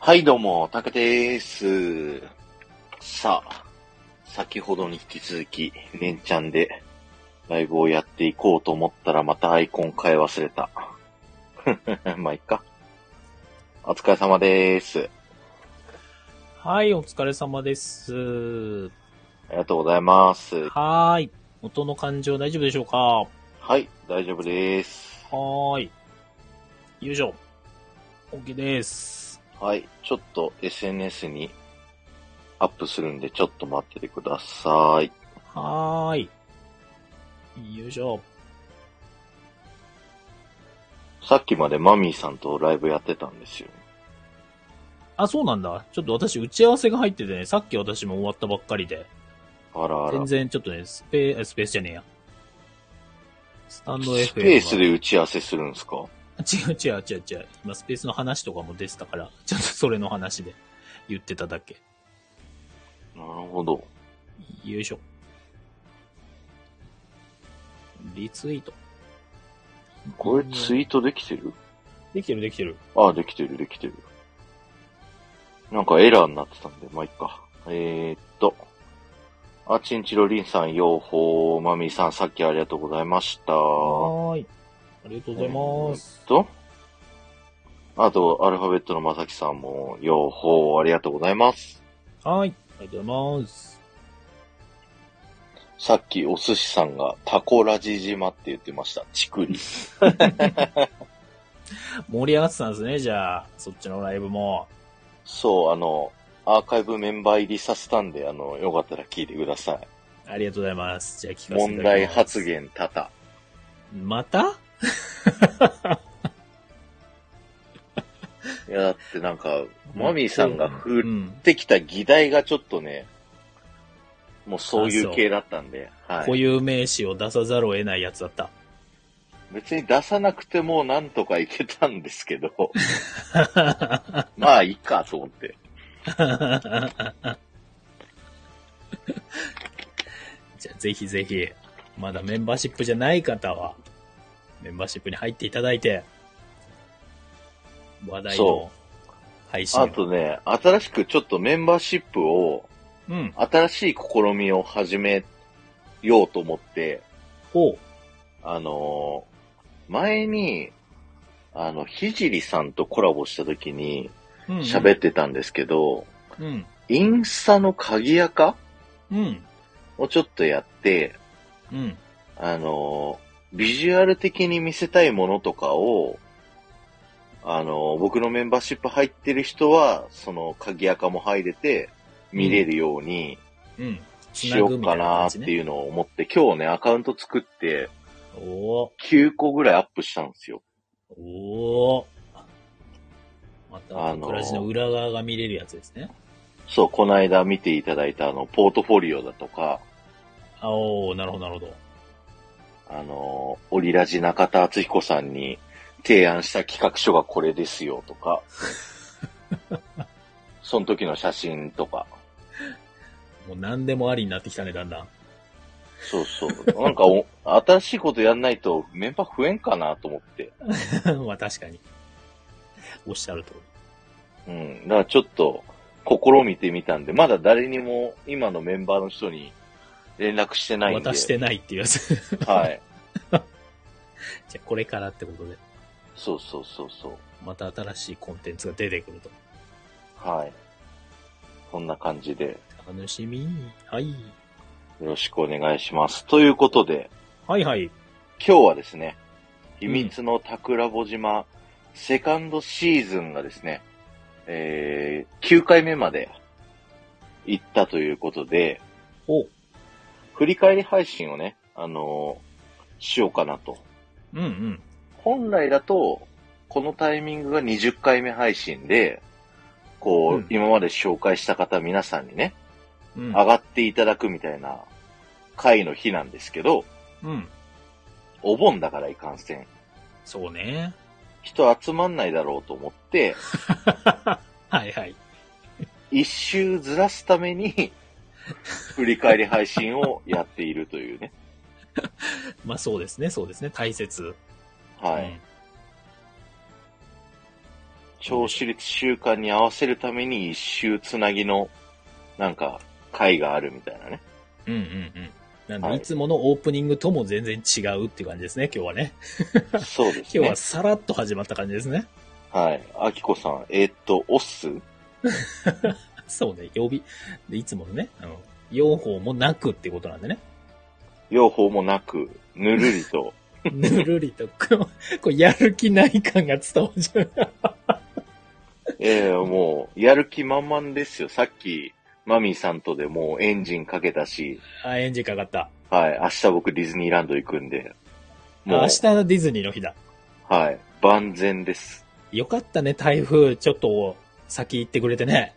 はい、どうも、たけです。さあ、先ほどに引き続き、連チャンでライブをやっていこうと思ったら、またアイコン変え忘れた。 まあ、いっか。お疲れ様です。はい、お疲れ様です。ありがとうございます。はーい。音の感情大丈夫でしょうかははい、大丈夫です。ーい。よいしょ。OK です。はい、ちょっと SNS にアップするんで、ちょっと待っててください。はーい。よいしょ。さっきまでマミーさんとライブやってたんですよ。あ、そうなんだ。ちょっと私、打ち合わせが入っててね、さっき私も終わったばっかりで、あらあら全。然ちょっとね、スペース、スペースじゃねえや。スタンド FM が。スペースで打ち合わせするんですか違う違う違う違う。今スペースの話とかも出てたから、ちょっとそれの話で言ってただけ。なるほど。よいしょ。リツイート。これツイーートできてるトできてるできてる。ああ、できてるできてる。なんかエラーになってたんで、まあ、いっか。えー、っと。あ、ちんちろりんさん、ようほー、まみさん、さっきありがとうございました。あはーい。ありがとうございます。と、あと、アルファベットのまさきさんも、ようほー、ありがとうございます。はーい。ありがとうございます。さっき、お寿司さんが、タコラジ島って言ってました。チクリ。盛り上がってたんですね、じゃあ。そっちのライブも。そう、あの、アーカイブメンバー入りさせたんで、あの、よかったら聞いてください。ありがとうございます。じゃあ聞かせてい問ただき題ます。発。言多々。またいや、だってなんか、マミーさんが振うっん。てきた議題がちょっとね、もうそういう系だったんで、は固い。有名詞を出さざるを得ないやつだった。別に出さなくてもなんとかいけたんですけど、まあいいかと思って。じゃあぜひぜひ、まだメンバーシップじゃない方は、メンバーシップに入っていただいて、話題その配信をあとね、新しくちょっとメンバーシップを、うん。新しい試みを始めようと思って、ほう。あのー前に、あの、ひじりさんとコラボした時にうんうん喋ってたんですけど、うん。インスタの鍵アカうん。をちょっとやって、うん。あのー、ビジュアル的に見せたいものとかを、あのー、僕のメンバーシップ入ってる人は、その鍵アカも入れて、見れるようにうん。しようかなってう。いうのを思って、今日ね、アカウント作って、お9個ぐらいアップしたんですよ。ーおーまあた、のー暮らしの裏側が見れるやつですね。そう、この間見ていただいたあの、ポートフォリオだとか、あおーなるほど、なるほど。あのー、オリラジ中田敦彦さんに提案した企画書がこれですよと か、その時の写真とか、もう何でもありになってきたね、だんだん。そうそう。なんかお、新しいことやんないとメンバー増えんかなと思って。 まあ確かに。おっしゃる通り。うん。だからちょっと、試みてみたんで、まだ誰にも今のメンバーの人に連絡してないんで。渡してないっていうやつ。 はい。じゃあこれからってことで、そうそうそうそう。また新しいコンテンツが出てくると。はい。こんな感じで、楽しみ。はい。よろしくお願いします。ということで、はいはい。今日はですね、秘密の桜穂島、セカンドシーズンがですね、えー、9回目まで行ったということで、お、振り返り配信をね、あのーしようかなと。うんうん。本来だと、このタイミングが20回目配信で、こう、うん今まで紹介した方皆さんにね、うん。上がっていただくみたいな回の日なんですけど、うん。お盆だからいかんせん。そうね。人集まんないだろうと思って、はいはい。一周ずらすために、振り返り配信をやっているというね。まあそうですね、そうですね。大切。はい。うん聴取率週間に合わせるために一周つなぎの、なんか、回があるみたいなね。うんうんうん。なんはで、いいつものオープニングとも全然違うっていう感じですね、今日はね。そうです今日ねは。さらっと始まった感じですね。はい。あきこさん、えーっと、オッスそうね、曜日、でいつものね、あの、用法もなくってことなんでね。用法もなく、ぬるり と。ぬるりと、こう、 こうやる気ない感が伝わっちゃう。 ええもう、やる気満々ですよ。さっき、マミーさんとでもうエンジンかけたし、あ、エンジンかかった。はい。明日僕ディズニーランド行くんで、もう、明日のディズニーの日だ。はい。万全です。よかったね、台風。ちょっと、先行ってくれてね。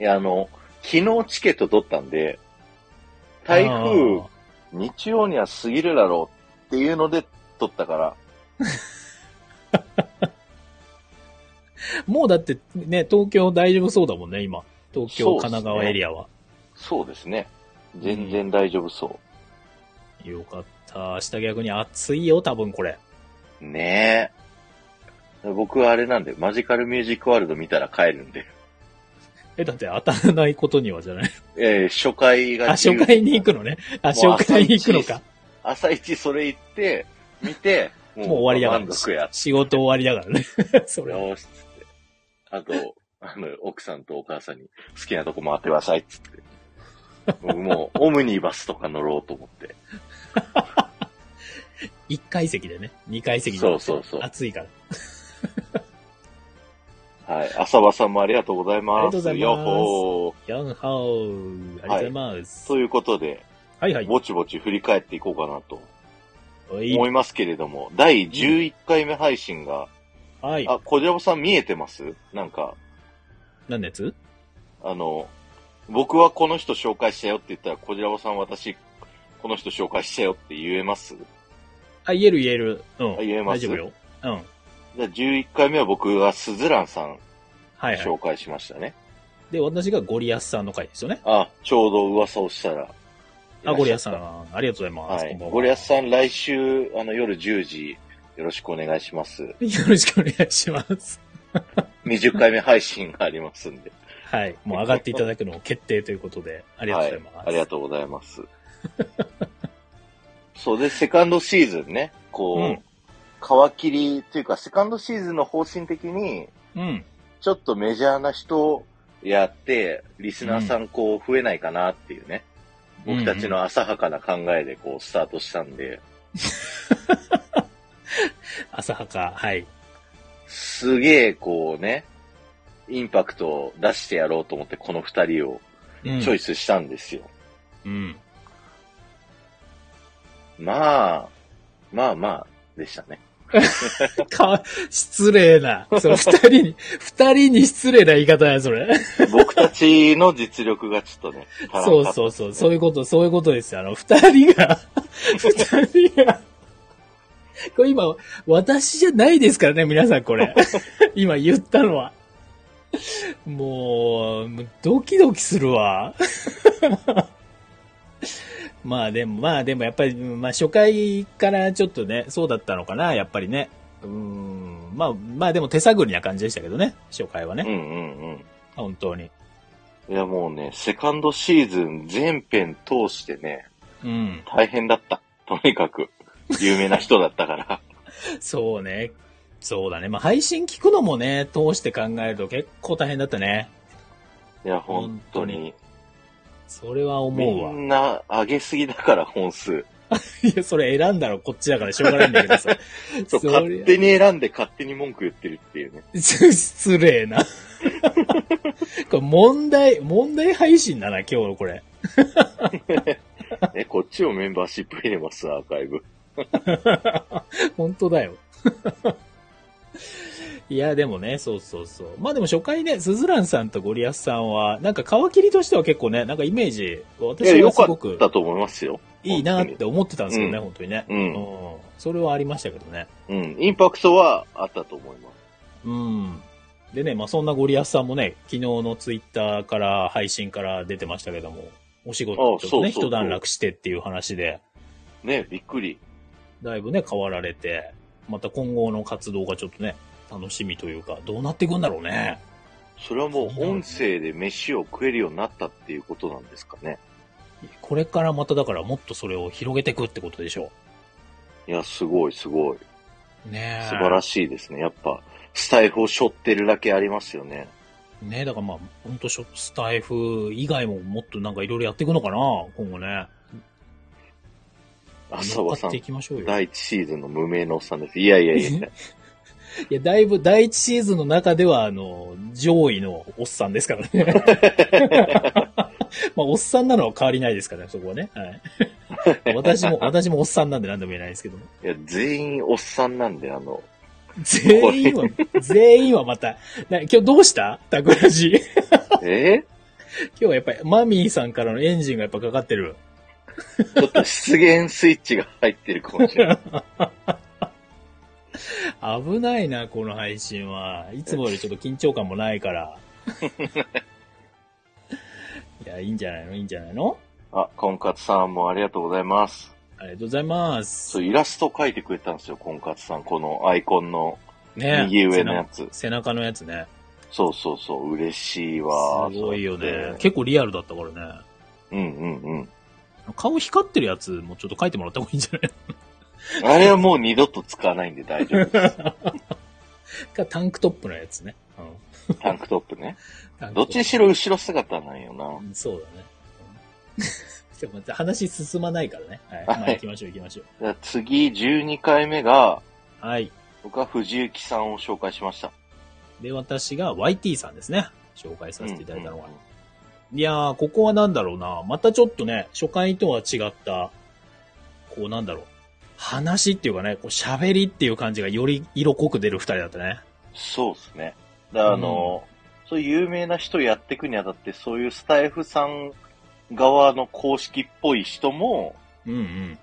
いや、あの、昨日チケット取ったんで、台風、日曜には過ぎるだろうっていうので取ったから、あーもうだってね、東京大丈夫そうだもんね、今。東京、そうっすね神奈川エリアは。そうですね。全然大丈夫そよかった。明日逆に暑いよ、多分これ。う。ねえ。僕はあれなんで、マジカルミュージックワールド見たら帰るんで。え、だって当たらないことにはじ ゃない。ええ初回あ、が自初由回に行くのね。あ、もう初回に行くのか。朝一それ行って、見て、ももう終わりだ満か足らや。。仕事終わりだからね。 それは。よーし、つって。あ と、あの、奥さんとお母さんに好きなとこ回ってください、つって。僕もう、オムニバスとか乗ろうと思って。 1階席でね。2階席で。そうそうそう暑いから。はい。浅場さんもありがとうございます。ありがとうございますよっほーヤンハオありがとうございます。ということで、はいはい。ぼちぼち振り返っていこうかなとおい思いますけれども、第11回目配信が、はい。あ、小ジャボさん見えてますなんか、何のやつあの、僕はこの人紹介したよって言ったら、小ジャボさん私、この人紹介したよって言えますあ、言える言える。うん。あ言えます大丈夫よ。うん。はいじゃあ11回目は僕はスズランさんはい。紹介しましたね。で、私がゴリアスさんの回ですよね。あ、ちょうど噂をしたら。あ、ゴリアスさんは。、ありがとうございます。はこいんばん。はゴリアスさん、来週、あの、夜10時、よろしくお願いします。よろしくお願いします。 20回目配信がありますんで。はい。もう上がっていただくのを決定ということで、 ありがとうございます。はい。ありがとうございます。 そうで、セカンドシーズンね、こう、うん皮切りというか、セカンドシーズンの方針的に、うん。ちょっとメジャーな人やって、リスナーさんこう増えないかなっていうね、僕たちの浅はかな考えでこうスタートしたんで、浅はか、はい。すげえこうね、インパクトを出してやろうと思ってこの二人をうんチョイスしたんですよ。うん。まあ、まあまあ、でしたね。か、失礼な。その二人に、二人に失礼な言い方や、それ。僕たちの実力がちょっとね、足らんかそっうたそうそう、そういうこと、そういうことですよ。あの、二人 が、二人が、これ今、私じゃないですからね、皆さん これ。今言ったのは。もう、もうドキドキするわ。 まあでも、まあでもやっぱり、うんまあ初回からちょっとね、そうだったのかな、やっぱりね。うん、まあ、まあでも手探りな感じでしたけどね、初回はうね。んうんうん。本当に。いやもうね、セカンドシーズン全編通してね、うん。大変だった。とにかく、有名な人だったから。そうね。そうだね。まあ、配信聞くのもね、通して考えると結構大変だったね。いや、本当に。それはみ思うわ。んな上げすぎだから本数。。いや、それ選んだらこっちだからしょうがないんだけどさ そう、勝手に選んで勝手に文句言ってるっていうね。に。 失礼な。 これ問題、問題配信だな、今日のこれ。え、こっちをメンバーシップ入れます、アーカイブ。本当だよ。 いや、でもね、そうそうそう。まあでも初回ね、スズランさんとゴリアスさんは、なんか皮切りとしては結構ね、なんかイメージ、い私や、良はすかごくったと思いますよ。いいなって思ってたんですけどね、本当にね。うんうん。それはありましたけどね。うん、インパクトはあったと思います。うん。でね、まあ、そんなゴリアスさんもね、昨日のツイッターから、配信から出てましたけども、お仕事ちあそょっとね、うそうそう一段落してっていう話で、ね、びっくり。だいぶね、変わられて、また今後の活動がちょっとね、楽しみというか、どうなっていくんだろうね。それはもう音声で飯を食えるようになったっていうことなんですかね。これからまただからもっとそれを広げていくってことでしょいや、すごい、すごい。う。ねえ。素晴らししいですね。やっぱ、スタイフを背負ってるだけありますよね。い。ねえ、だからまあ、ほんとしょスタイフ以外ももっとなんかいろいろやっていくのかな今後ね。浅場乗っかさってんい、きましょうよ。第一シーズンの無名のおっさんです。いやいやいや。いや、だいぶ、第一シーズンの中では、あの、上位のおっさんですからね。 まあ、おっさんなのは変わりないですからね、そこはね。 はい。私も、私もおっさんなんで何でも言えないですけども。いや、全員おっさんなんで、あの、全員は、全員はまた、な今日どうしたタクラジ。今え 日はやっぱり、マミーさんからのエンジンがやっぱかかってる。ちょっと出現スイッチが入ってるかもしれない。 危ないな、この配信は。いつもよりちょっと緊張感もな いから。いや、いいんじゃないのいいんじゃないのあ、婚活さんもありがとうございます。ありがとうございます。そう、イラスト描いてくれたんですよ、婚活さん。このアイコンのね右上のやつ。背中のやつね。そうそうそう、嬉しいわ。すごいよね。そうやって結構リアルだったからね。うんうん顔光ってるやつもちょっと書いてもらった方がいいんじゃないうん。あれはもう二度と使わないんで大丈 夫でか タンクトップのやつね。うんす。タンクトップね。タンクトどップっちにしろ後ろ姿なんよな。うんそうだね。うん でも話進まないからね。はい。まあはい行きましょう行きましょう。じゃあ次、12回目が、はい。僕は藤幸さんを紹介しました。で、私が YT さんですね。紹介させていただいたのが。うんうんうんいやー、ここはなんだろうな。またちょっとね、初回とは違った、こうなんだろう。話っていうかね、こう喋りっていう感じがより色濃く出る二人だったね。そうですね。だからあの、そういう有名な人やっていくにあたって、そういうスタイフさん側の公式っぽい人も、うんうん。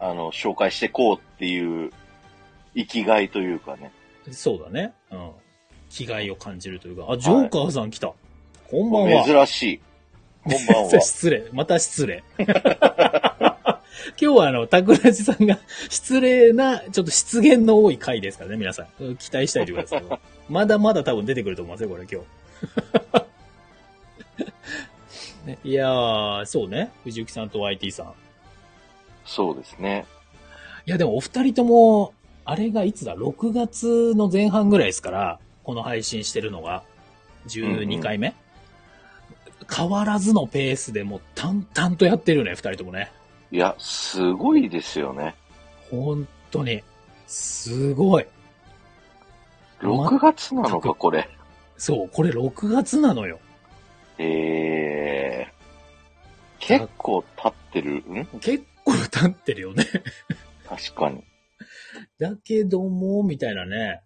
あの、紹介してこうっていう、生きがいというかね。そうだね。うん。気概を感じるというか、あ、ジョーカーさん来た。こんばんは。珍しい。こん ばんは。失礼。また失礼。 今日はあの、タクラジさんが失礼な、ちょっと失言の多い回ですからね、皆さん。うん期待したいということですけど。まだまだ多分出てくると思いますよ、これ今日。 ねいやー、そうね。藤幸さんと YT さん。そうですね。いや、でもお二人とも、あれがいつだ、6月の前半ぐらいですから、この配信してるのが、12回目、変わらずのペースでもう淡々とやってるよね、二人ともね。いや、すごいですよね。本当に。すごい。 6月なの全か、くこれ。そう、これ6月なのよ。えー。結構経ってる。ん結構経ってるよね。 確かに。だけども、みたいなね。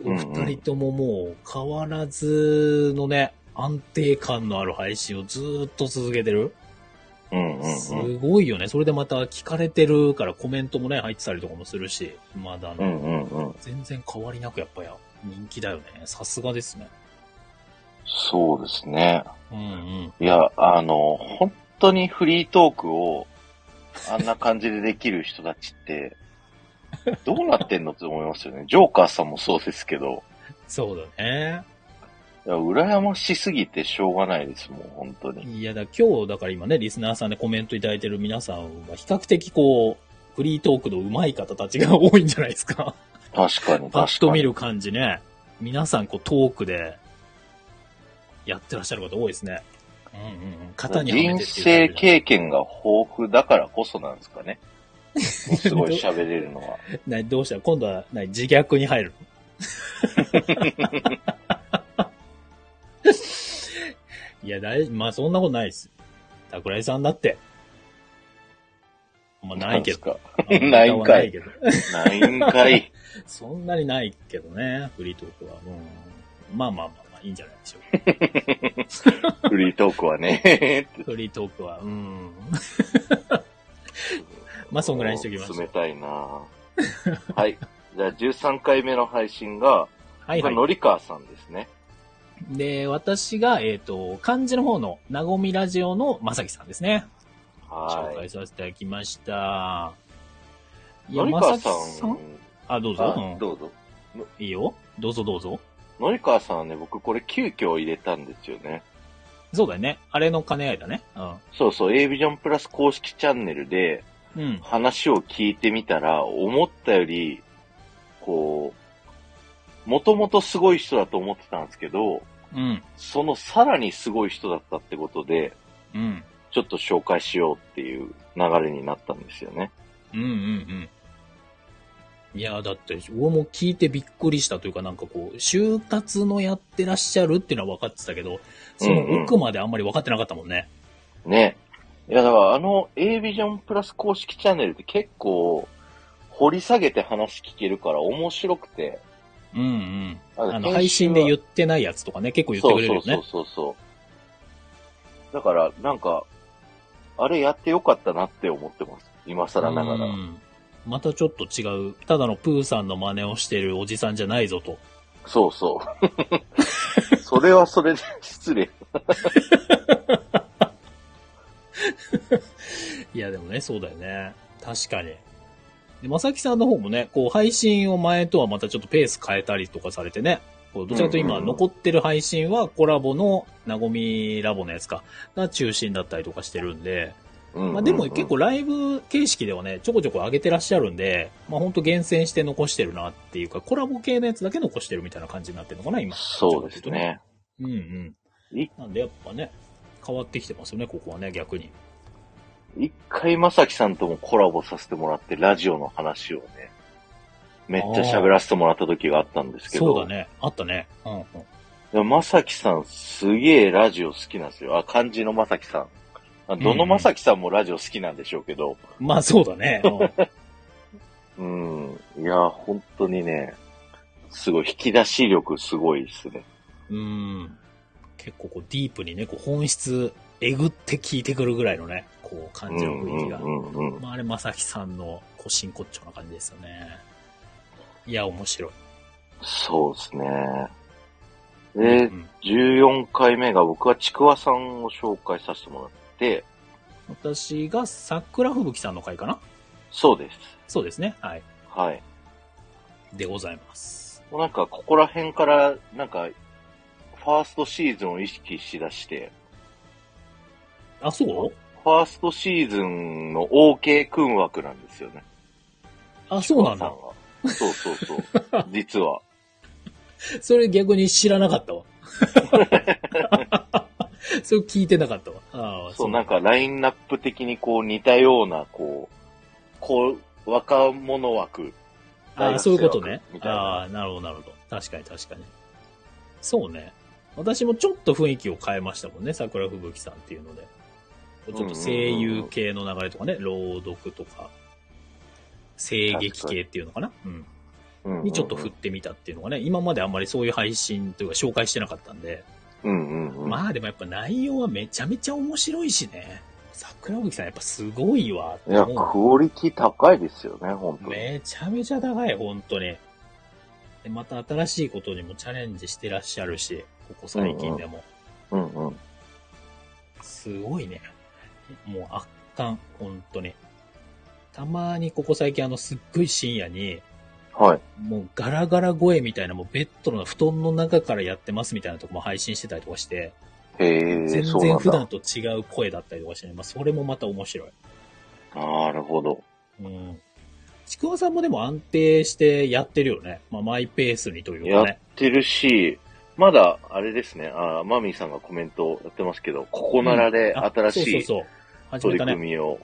うおんうん二人とももう変わらずのね、安定感のある配信をずーっと続けてる。うんうんすうん。ごいよね。それでまた聞かれてるからコメントもね、入ってたりとかもするし、まだうね、んうんうん。全然変わりなくやっぱや、人気だよね。さすがですね。そうですね。うんうん。いや、あの、本当にフリートークを、あんな感じでできる人たちって、どうなってんのって思いますよね。ジョーカーさんもそうですけど、そうだね。いや、羨ましすぎてしょうがないですもん、本当に。いや、だ今日、だから今ね、リスナーさんでコメントいただいてる皆さんは、比較的こう、フリートークの上手い方たちが多いんじゃないですか。確かに、パ確ッとか見に。る感じね。皆さんこうトークで、やってらっしゃる方多いですね。うんうんうん。型にはめ人てっていう感じだね生経験が豊富だからこそなんですかね。すごい喋れるのは。などうした今度はな自虐に入るの いや、だい、まあそんなことないです。桜井さんだって。まあ ないけど。ど。あ ないんかいネタはないけど。ないんかい。そんなにないけどね、フリートークは。うん。まあまあまあまあ、いいんじゃないでしょうか。フリートークはね。フリートークは。うん。 まあそんぐらいにしときましょ冷う。たいなぁはい。じゃあ13回目の配信が、はいはい。のりかーさんですね。で、私が、えっ、と、漢字の方の、なごみラジオのまさきさんですね。紹は介させていただきました。い。いや、のりかまーささきさんんあ、どうぞ。あどうぞ。いいよ。どうぞどうぞ。のりかわさんはね、僕これ急遽入れたんですよね。そうだよね。あれの兼ね合いだね。うそうそう、A ビジョンプラス公式チャンネルでん。うん。話を聞いてみたら、思ったより、こう、もともとすごい人だと思ってたんですけど、うん。そのさらにすごい人だったってことで、うん。ちょっと紹介しようっていう流れになったんですよね。うんうんうん。いや、だって、俺も聞いてびっくりしたというか、なんかこう、就活のやってらっしゃるっていうのは分かってたけど、その奥まであんまり分かってなかったもんね。ね。いや、だからあの A ビジョンプラス公式チャンネルって結構掘り下げて話聞けるから面白くて。うんうん。ああの、配信で言ってないやつとかね、結構言ってくれるよそうね。そうそうそう。だから、なんか、あれやってよかったなって思ってます。今更ながうら。んまたちょっと違う。ただのプーさんの真似をしてるおじさんじゃないぞと。そうそう。 それはそれで失礼。いや、でもね、そうだよね。確かに。で、まさきさんの方もね、こう、配信を前とはまたちょっとペース変えたりとかされてね、こうどちらかといううとん今うん残ってる配信はコラボの、なごみラボのやつか、が中心だったりとかしてるんで、うんまあでも結構、ライブ形式ではね、ちょこちょこ上げてらっしゃるんで、まあほんと厳選して残してるなっていうか、コラボ系のやつだけ残してるみたいな感じになってるのかな、今。そうですね。うんうん。いなんでやっぱね、変わってきてますよね、ここはね、逆に。一回まさきさんともコラボさせてもらって、ラジオの話をね、めっちゃ喋らせてもらった時があったんですけど。そうだね。あったね。うんうん。でもまさきさんすげえラジオ好きなんですよ。あ、漢字のまさきさんあ。どのまさきさんもラジオ好きなんでしょうけど。まあそうだね。うんうん。いや、本当にね、すごい、引き出し力すごいですね。 うん。結構こうディープにね、こう本質、えぐって聞いてくるぐらいのね、こう感じの雰囲気が。うんうんうんうん。まああれ、まさきさんのこう真骨頂な感じですよね。いや、面白い。そうですね。うで、ん14回目が僕はちくわさんを紹介させてもらって、私が桜吹雪さんの回かなそうです。そうですね。はい。はい。でございます。もうなんか、ここら辺から、なんか、ファーストシーズンを意識しだして、あ、そうファーストシーズンの OK 君枠なんですよね。あ、そうなんだち。くわさんはそうそうそう。実は。それ逆に知らなかったわ。 それ聞いてなかったわ。ああ、そう、なんかラインナップ的にこう似たような、こう、こう、若者枠。ああ、そういうことね大学生枠み。たいなああ、なるほど、なるほど。確かに、確かに。そうね。私もちょっと雰囲気を変えましたもんね、桜吹雪さんっていうので。ちょっと声優系の流れとかね、朗読とか、声劇系っていうのかなうん。うんうんうんにちょっと振ってみたっていうのがね、今まであんまりそういう配信というか紹介してなかったんで。うんうんうん。まあでもやっぱ内容はめちゃめちゃ面白いしね。桜吹雪さんやっぱすごいわっていや、思う。クオリティ高いですよね、本当に。めちゃめちゃ高い、本当に。で、また新しいことにもチャレンジしてらっしゃるし、ここ最近でも。うんうん。すごいね。もう圧巻、本当に。たまにここ最近あの、すっごい深夜に、はい。もうガラガラ声みたいな、もうベッドの布団の中からやってますみたいなとこも配信してたりとかして、へえ、全そうな然ん普段だ。と違う声だったりとかしてね、まあそれもまた面白い。なるほど。うん。ちくわさんもでも安定してやってるよね。まあマイペースにというやかっね。てるし、まだ、あれですね、あーマミーさんがコメントやってますけど、ここならであ新しいそうそうそう。始取めりた組ね。みを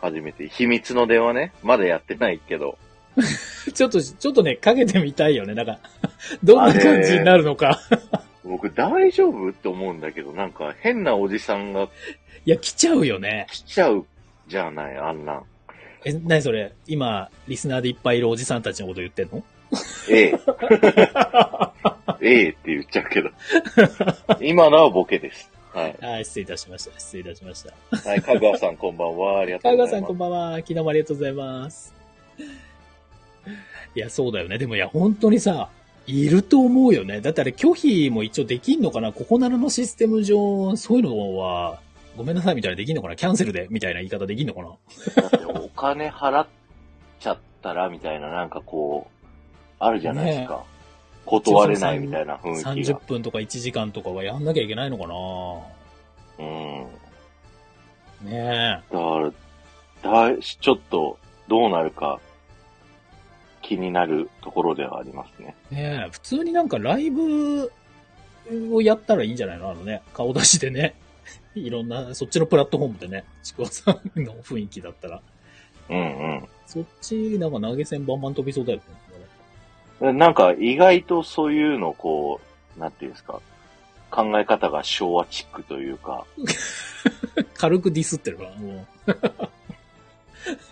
始めて、秘密の電話ね、まだやってないけど、ちょっと、ちょっとね、かけてみたいよね。なんか、 どんな感じになるのか。僕大丈夫って思うんだけど、なんか変なおじさんがいや、来ちゃうよね。来ちゃうじゃない、あんなん。え、なにそれ今、リスナーでいっぱいいるおじさんたちのこと言ってんのえ え。ええって言っちゃうけど。今のはボケです。はい。はい、失礼いたしました。失礼いたしました。はい、かぐわさんこんばんは。ありがと川うご川ざさいんまこすん。ばんは。昨日もありがとうございます。いや、そうだよね。でもいや、本当にさ、いると思うよね。だってあれ拒否も一応できんのかなここならのシステム上、そういうのは、ごめんなさいみたいなできんのかなキャンセルでみたいな言い方できんのかなだってお金払っちゃったらみたいな、なんかこう、あるじゃないですか。断れないみたいな雰囲気30が。分とか1時間とかはやんなきゃいけないのかなうん。ねだから、だい、ちょっと、どうなるか、気になるところではありますね。え。ねえ。普通になんかライブをやったらいいんじゃないのあのね、顔出しでね。いろんな、そっちのプラットフォームでね、ちくわさんの雰囲気だったら。うんそっち、なんか投げ銭バンバン飛びそうだよね。うん。なんか、意外とそういうの、こう、なんていうんですか、考え方が昭和チックというか、軽くディスってるから、もう。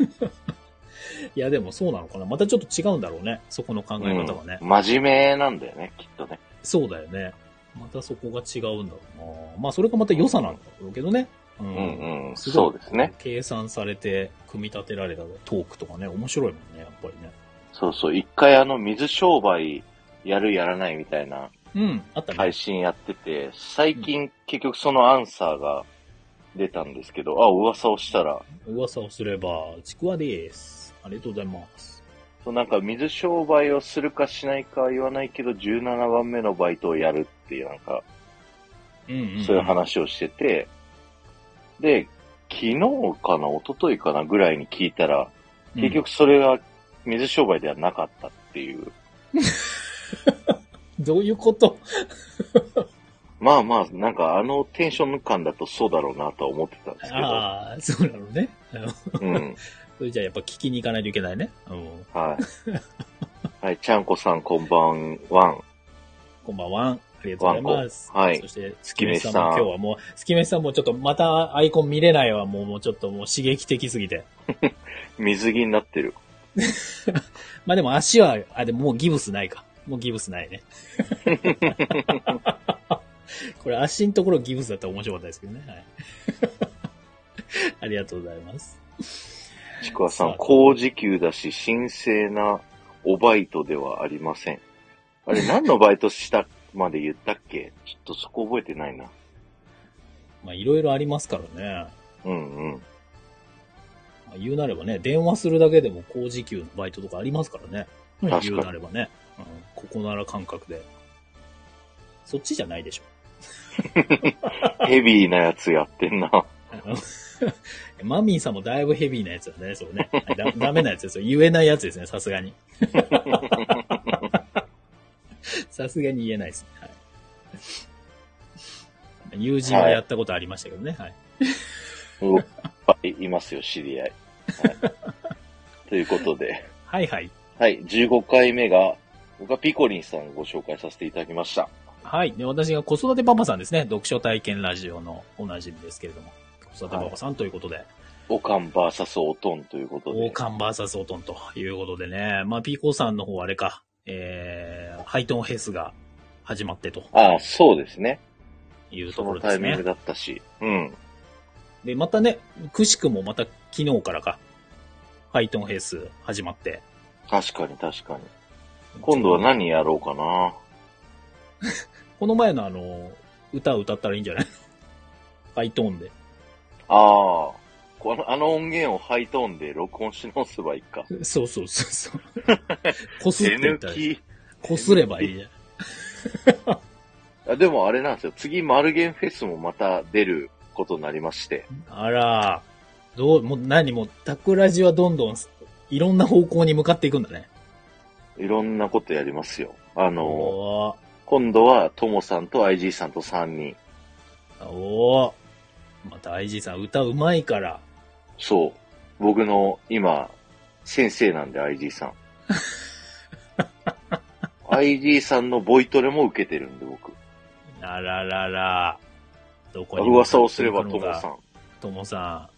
いや、でもそうなのかな。またちょっと違うんだろうね。そこの考え方はね。うん真面目なんだよね、きっとね。そうだよね。またそこが違うんだろうな。まあ、それがまた良さなんだろうけどね。う。うんんうん。すそごいうですね。計算されて、組み立てられたトークとかね、面白いもんね、やっぱりね。そうそう。一回あの、水商売、やるやらないみたいなうん、あったね。配信やってて、最近結局そのアンサーが出たんですけど、あ、噂をしたら、噂をすれば、ちくわです。ありがとうございます。そうなんか水商売をするかしないかは言わないけど、17番目のバイトをやるっていう、なんか、うん、うん。そういう。話をしてて、で、昨日かな、一昨日かなぐらいに聞いたら、結、局それが水商売ではなかったっていう。うん。どういうことまあまあ、なんかあのテンション感だとそうだろうなとは思ってたんですけど。ああ、そうなのね。うんうん。それじゃあやっぱ聞きに行かないといけないね。うん。はい。はい、ちゃんこさんこんばんは。こんばんは。ありがとうございます。わんこはいそして、月飯さんも今日はもう、月飯さんもちょっとまたアイコン見れないわ。もう、もうちょっともう刺激的すぎて。水着になってる。まあでも足は、あ、でももうギブスないか。もうギブスないね。これ足のところギブスだったら面白かったですけどね。はい。 ありがとうございます。ちくわささんあ、高時給だし、神聖なおバイトではありません。あれ、何のバイトしたまで言ったっけちょっとそこ覚えてないな。まあいろいろありますからね。うんうん。まあ言うなればね、電話するだけでも高時給のバイトとかありますからね。確かに言うなればね、うんここなら感覚で。そっちじゃないでしょ。ヘビーなやつやってんな。あのマミーさんもだいぶヘビーなやつだね、それね。はいだダメなやつですよ。 言えないやつですね、さす がに。さすがに言えないですね。はい、 友人はやったことありましたけどね。はい。いっぱいいますよ、知り合い。はい、ということで、はいはい。はい、15回目が、僕はピコリンさんをご紹介させていただきました。はい。で、私が子育てパパさんですね。読書体験ラジオのおなじみですけれども。子育てパパさんということで。オカンバーサスオトンということ王で。冠バーサスオトンということでね。まあ、ピーコーさんの方はあれか、えー、ハイトーンヘスが始まってとああ、そうですね。いうとそこのろでタイすミングね。だったし。うん。で、またね、くしくもまた昨日からか、ハイトーンヘス始まって。確かに確かに。今度は何やろうかな。この前のあの、歌を歌ったらいいんじゃないハイトーンで。ああ、この、あの音源をハイトーンで録音し直せばいいか。そうそうそうそう。 こすっ手ていっ抜たら、き。こすればいいじゃん。あでもあれなんですよ。次、マルゲンフェスもまた出ることになりまして。あら、どう、もう何もう、タクラジはどんどん、いろんな方向に向かっていくんだね。いろんなことやりますよ。あの、おー今度はトモさんと IG さんと3人。おおまた IG さん歌うまいから。そう。僕の今、先生なんで IG さん。IG さんのボイトレも受けてるんで僕。あららら。どこに噂をすれば向トかモっていくのかさん。ともさん。あ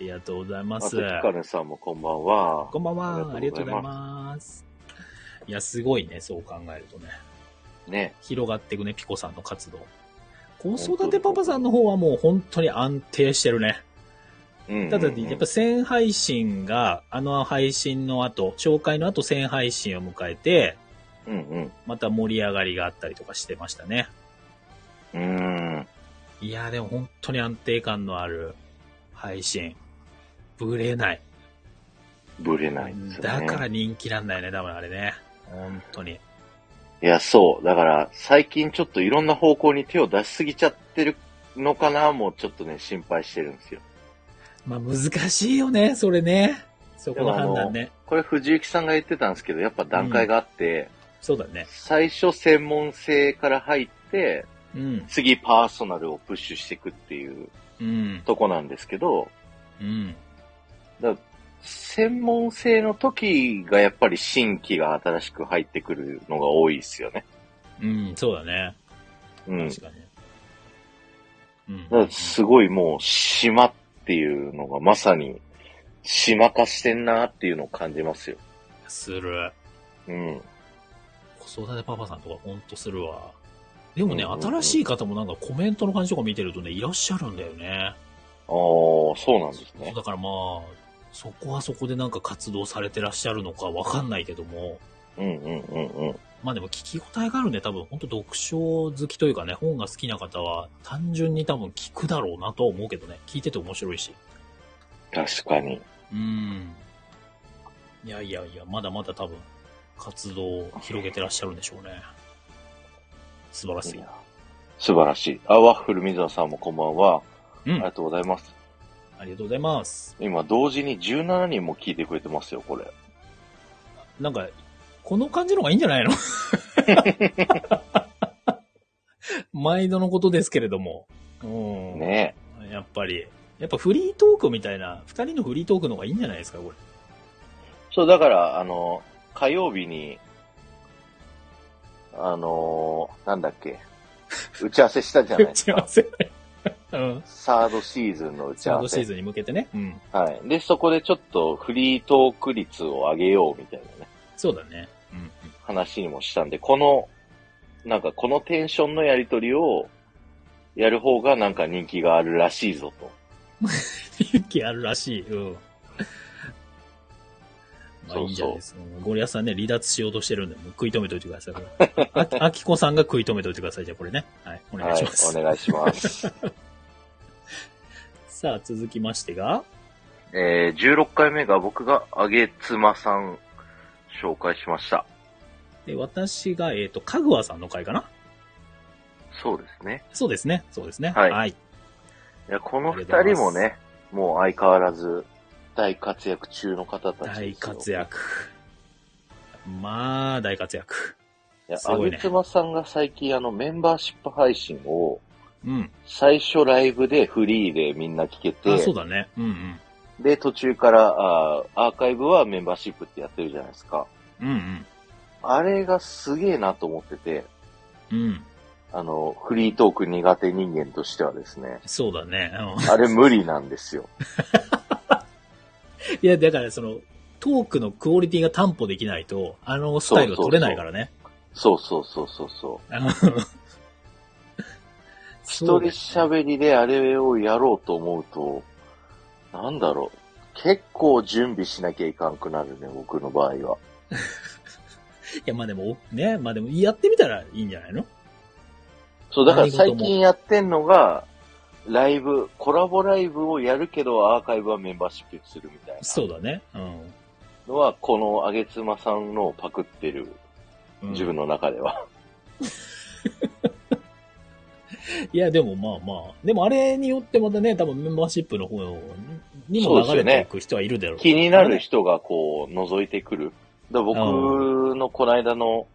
りがとうございまあと、すピ。カネさんもこんばんは。こんばんは。あありりがとうござがとうごいざいます。いや、すごいね。そう考えるとね。ね。広がっていくね、ピコさんの活動。子育てパパさんの方はもう本当に安定してるね。うんうんうんただ、やっぱ1000配信が、あの配信の後、紹介の後1000配信を迎えて、うんうん。また盛り上がりがあったりとかしてましたね。うーん。いやーでも本当に安定感のある配信。ぶれない。ぶれないですよだね。から人気なんだよね、多分あれね。本当に。いや、そう。だから、最近ちょっといろんな方向に手を出しすぎちゃってるのかなもうちょっとね、心配してるんですよ。まあ難しいよね、それね。そこのでもあ判の断ね。これ藤幸さんが言ってたんですけど、やっぱ段階があって、そうだね。最初専門性から入って、うん。次パーソナルをプッシュしていくっていううん。とこなんですけど、うん。だ専門性の時がやっぱり新規が新しく入ってくるのが多いですよね。うん、そうだね。うん。だ確かに。うん。からすごいもう島っていうのがまさに島化してんなっていうのを感じますよ。する。うん。子育てパパさんとかほんとするわ。でもね、うんうんうん新しい方もなんかコメントの感じとか見てるとね、いらっしゃるんだよね。ああ、そうなんですそうね。だからまあ、そこはそこでなんか活動されてらっしゃるのかわかんないけども、うんうんうんうん。まあでも聞き応えがあるんで多分本当読書好きというかね、本が好きな方は単純に多分聞くだろうなとは思うけどね、聞いてて面白いし。確かに。うん。いやいやいや、まだまだ多分活動を広げてらっしゃるんでしょうね。素晴らしい。素晴らしい。あ、ワッフル水野さんもこんばんは。あうりんが。とうございます。ありがとうございます。今、同時に17人も聞いてくれてますよ、これ。なんか、この感じの方がいいんじゃないの 毎度のことですけれども。うん。ねやっぱり。やっぱフリートークみたいな、二人のフリートークの方がいいんじゃないですか、これ。え。そう、だから、あの、火曜日に、あのーなんだっ け、打ち合わせしたじゃない打ち合わせ。 うん。サードシーズンの打ちサ合ーわドせ。シーズンに向けてね。うん。はい。で、そこでちょっとフリートーク率を上げようみたいなね、そうだね。うん。話にもしたんで、この、なんかこのテンションのやりとりを、やる方がなんか人気があるらしいぞと。勇気あるらしい。うん。まあそうそういいじゃないですか。ゴリアスさんね、離脱しようとしてるんで、もう食い止めといてください、これ。あ き、あきこさんが食い止めといてください、じゃあこれね。はい、お願いします。はい、お願いします。さあ、続きましてが、えー、16回目が僕があげつまさん紹介しました。で、私が、えっ、と、かぐわさんの回かなそうですね。そうですね。そうですね。はいはい。いや、このあり二がとうご人ざいまもすね、もう相変わらず大活躍中の方たち大ですよ。活躍。まあ、大活躍。いや、すあごいねげつまさんが最近あのメンバーシップ配信をうん。最初ライブでフリーでみんな聞けあ、そうて、だね。うんで、途中からあーアーカイブはメンバーシップってやってるじゃないですか。うん。うんあれがすげえなと思ってて、うん。うん。あの、フリートーク苦手人間としてはですね、そうだね。うんあれ無理なんですよ。 いや、だからその、トークのクオリティが担保できないと、あのスタイルが取れないからね。そうそうそうそうそう。あの一そう人ですね喋りであれをやろうと思うと、なんだろう。結構準備しなきゃいかんくなるね、僕の場合は。いや、まあでも、ね、まあでも、やってみたらいいんじゃないのそう、だから何事最も近やってんのが、ライブ、コラボライブをやるけどアーカイブはメンバーシップにするみたいそうだね。うん。なのは、このあげつまさんのパクってる、うん自分の中では。いや、でもまあまあ。でもあれによってまたね、多分メンバーシップの方にも流れていく人はいるだろう、気になる人がこう、覗いてくる。だから僕のこの間の、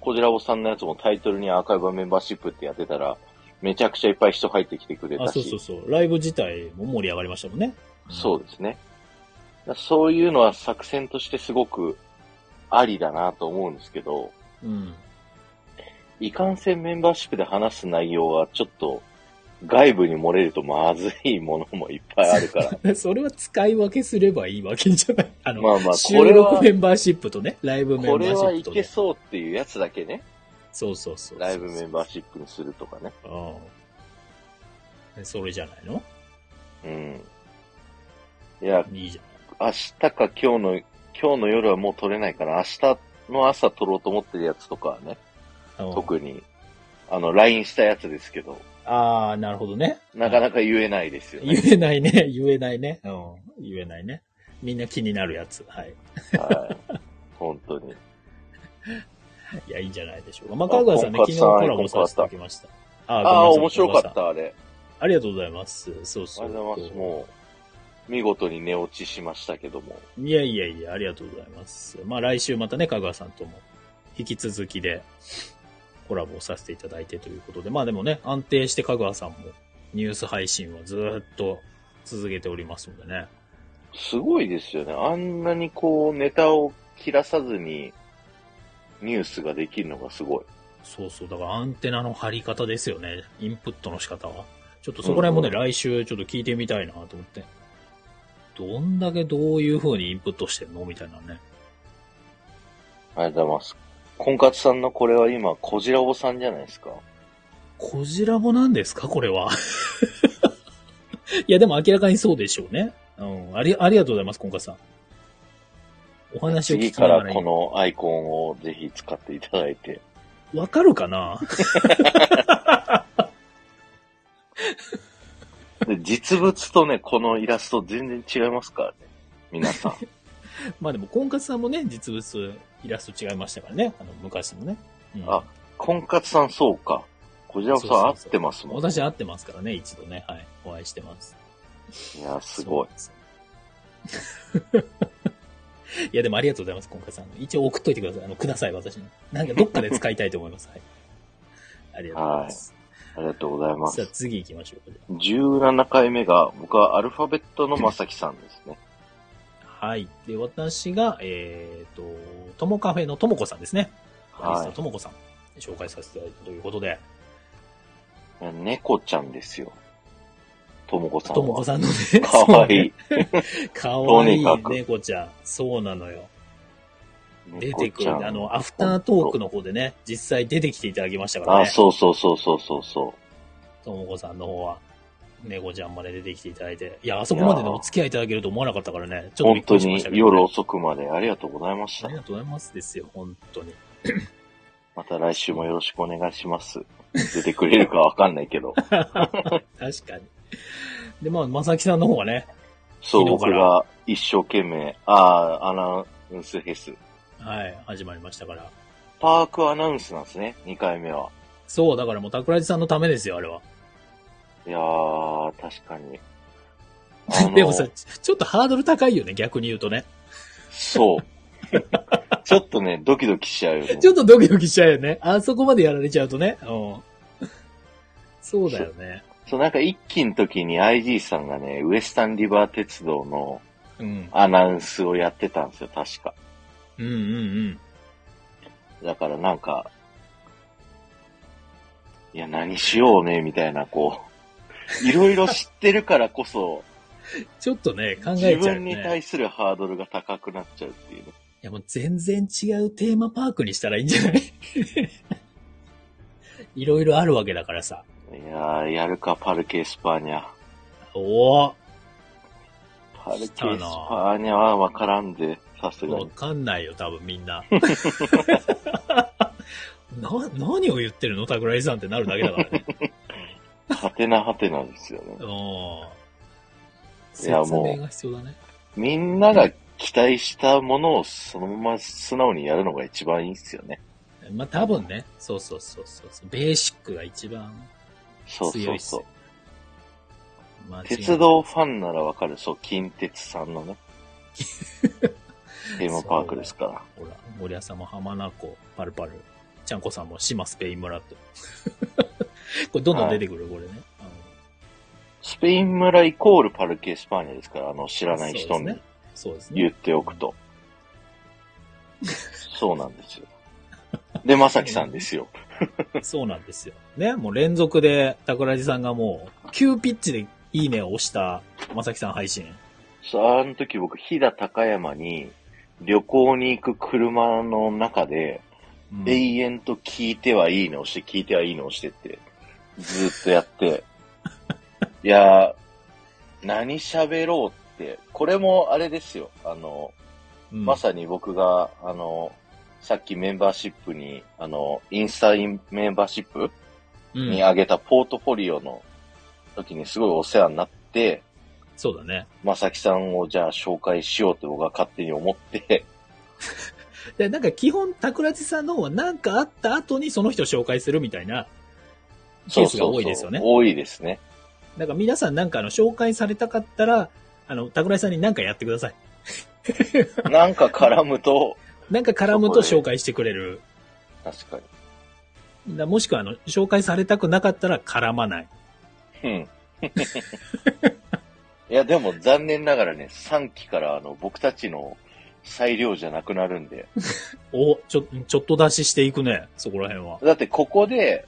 こじらぼさんのやつもタイトルにアーカイブはメンバーシップってやってたら、めちゃくちゃいっぱい人入ってきてくれたあ、し。そうそうそう。ライブ自体も盛り上がりましたもんね。そうですね。だそういうのは作戦としてすごくありだなと思うんですけど、うん。 いかんせんメンバーシップで話す内容はちょっと外部に漏れるとまずいものもいっぱいある から。でそれは使い分けすればいいわけじゃない。 あの、まあまあ、こ収れ録はメ、ンバーシップとね、ライブメンこバれーシはップいとけね。そうっていうやつだけね、そうそうそう。ライブメンバーシップにするとかね。ー。うん。それじゃないのうん。いや、いいじゃん。明日か今日の、今日の夜はもう撮れないから、明日の朝撮ろうと思ってるやつとかはね、うん特に、あの、LINE したやつですけど、ああ、なるほどね。なかなか言えないですよね。言えないね。言えないね。うん。言えないね。みんな気になるやつ。はい。はい。本当に。いや、いいんじゃないでしょうか。まあ、かぐわさんね、コンカ昨ツ日さんコラボさせていただきました。あああ、ごめん面なさい白かっ。た、あれ。ありがとうございます。そうあそう。りがとうございます。もう、見事に寝落ちしましたけども。いやいやいや、ありがとうございます。まあ来週またね、香川さんとも引き続きでコラボをさせていただいてということで、まあでもね、安定して香川さんもニュース配信をずーっと続けておりますのでね。すごいですよね。あんなにこう、ネタを切らさずに、ニュースができるのがすごい。そうそう、だからアンテナの張り方ですよね、インプットの仕方は。ちょっとそこら辺もね、う来週ちょっと聞いてみたいなと思って。どんだけどういう風にインプットしてんのみたいなね。ありがとうございます。婚活さんのこれは今、こじらぼさんじゃないですか。こじらぼなんですかこれは。 いや、でも明らかにそうでしょうね。うん。あり、ありがとうございます、今回さん。お話を聞次きなかがららこのアイコンをぜひ使っていただい て。わかるかな で実物とね、このイラスト全然違いますからね。皆さん。 まあでも、婚活さんもね、実物、イラスト違いましたからね。あの、昔のね。うん、あ婚活さんそうか。こじらぼさんそうそう合っそうてますもん。私会ってますからね、一度ね。はい。お会いしてます。いや、すごい。そうなんです よ。いや、でもありがとうございます、今回さん。一応送っといてください。あの、ください、私に。なんかどっかで使いたいと思います。はい。ありがとうございます。ありがとうございまさあす。次行きましょうか。じゃ17回目が、僕はアルファベットのまさきさんですね。あはい。で、私が、えっ、と、ともカフェのともこさんですね。アリスはのともこさん。紹介させていただいたということで、い。猫ちゃんですよ。ともこさんは。ともこさんのね、かわいい。そうね。かわいいとにかく猫ちゃん。そうなのよ。出て猫くちるゃ。んあの、アフタートークの方でね、実際出てきていただきましたからあ、ね。そうそうそうそうそうそう。ともこさんの方は。猫ちゃんまで出てきていただいて。いや、あそこまでね、お付き合いいただけると思わなかったからね。ちょっと本びっく当りしまにしたけど、ね。夜遅くまでありがとうございましあたり。がとうございますですよ、本当に。また来週もよろしくお願いします。出てくれるかわかんないけ ど。確かに。で、まあ、まさきさんの方はね、そう、昨日僕からが一生懸命、ああー、アナウンスフェス。はい、始まりましたから。パークアナウンスなんですね、2回目は。そう、だからもう桜地さんのためですよ、あれは。いやー、確かに。あのでもさ、ちちょっとハードル高いよね、逆に言うとね。そう。 ちょっとね、ドキドキしちゃうよね。ちょっとドキドキしちゃうよね。あそこまでやられちゃうとね。うん。そうだよね。そう、なんか一期の時に IG さんがね、ウエスタンリバー鉄道のうん。アナウンスをやってたんですよ、確か。うんうんだからなんか、いや、何しようね、みたいな、こ う、いろいろ知ってるからこそ、うん。ちょっとね、考自えちゃうよ分にね。対するハードルが高くなっちゃうっていうね。いやもう全然違うテーマパークにしたらいいんじゃない いろいろあるわけだからさ。いやー、やるか、パルケ・エスパーニャ。おおパルケ・エスパーニャはわからんで、さすがわに。かんないよ、多分みんな。 な、何を言ってるの桜井さんってなるだけだか らね。はてなはてなですよねう。ん。い説やもう明が必要だね。みんなが期待したものをそのまま素直にやるのが一番いいっすよね。まあ、多分ね。そうそうそうそうそう。ベーシックが一番そう強そいうっすよそう。。間違いない鉄道ファンならわかる、そう、近鉄さんの ね。テーマパークですから。ほら、森屋さんも浜名湖、パルパル。ちゃんこさんも島スペイン村と。 これどんどん出てくる、これね。スペイン村イコールパルケ・エスパーニャですから、あの、知知らない人にそうですね。言っておくと。そうなんですよ。で、まさきさんです よ。そうなんですよ。 ね、もう連続で、桜地さんがもう、急ピッチでいいねを押した、まさきさん配信。そうあの時僕、飛騨高山に旅行に行く車の中で、うん永遠と聞いてはいいのをして、聞いてはいいのをして って、ずーっとやって、いやー、何喋ろうって、これもあれですよ、あの、うんまさに僕が、あの、さっきメンバーシップに、あの、インスタインメンバーシップうんに上げたポートフォリオの時にすごいお世話になって、そうだね。まさきさんをじゃあ紹介しようって僕は勝手に思って、で、なんか基本、桜地さんの方は何かあった後にその人を紹介するみたいなケースが多いですよね。多いですね。だから皆さんなんかあの、紹介されたかったら、あの、桜地さんに何かやってください。なんか絡む と、なんか絡むと紹介してくれる。確かだもしくはあの、紹介されたくなかったら絡まない。に。うん。いや、でも残念ながらね、3期からあの、僕たちの裁量じゃなくなるんで。お、ちょ、ちょっと出ししていくね、そこら辺は。だってここで、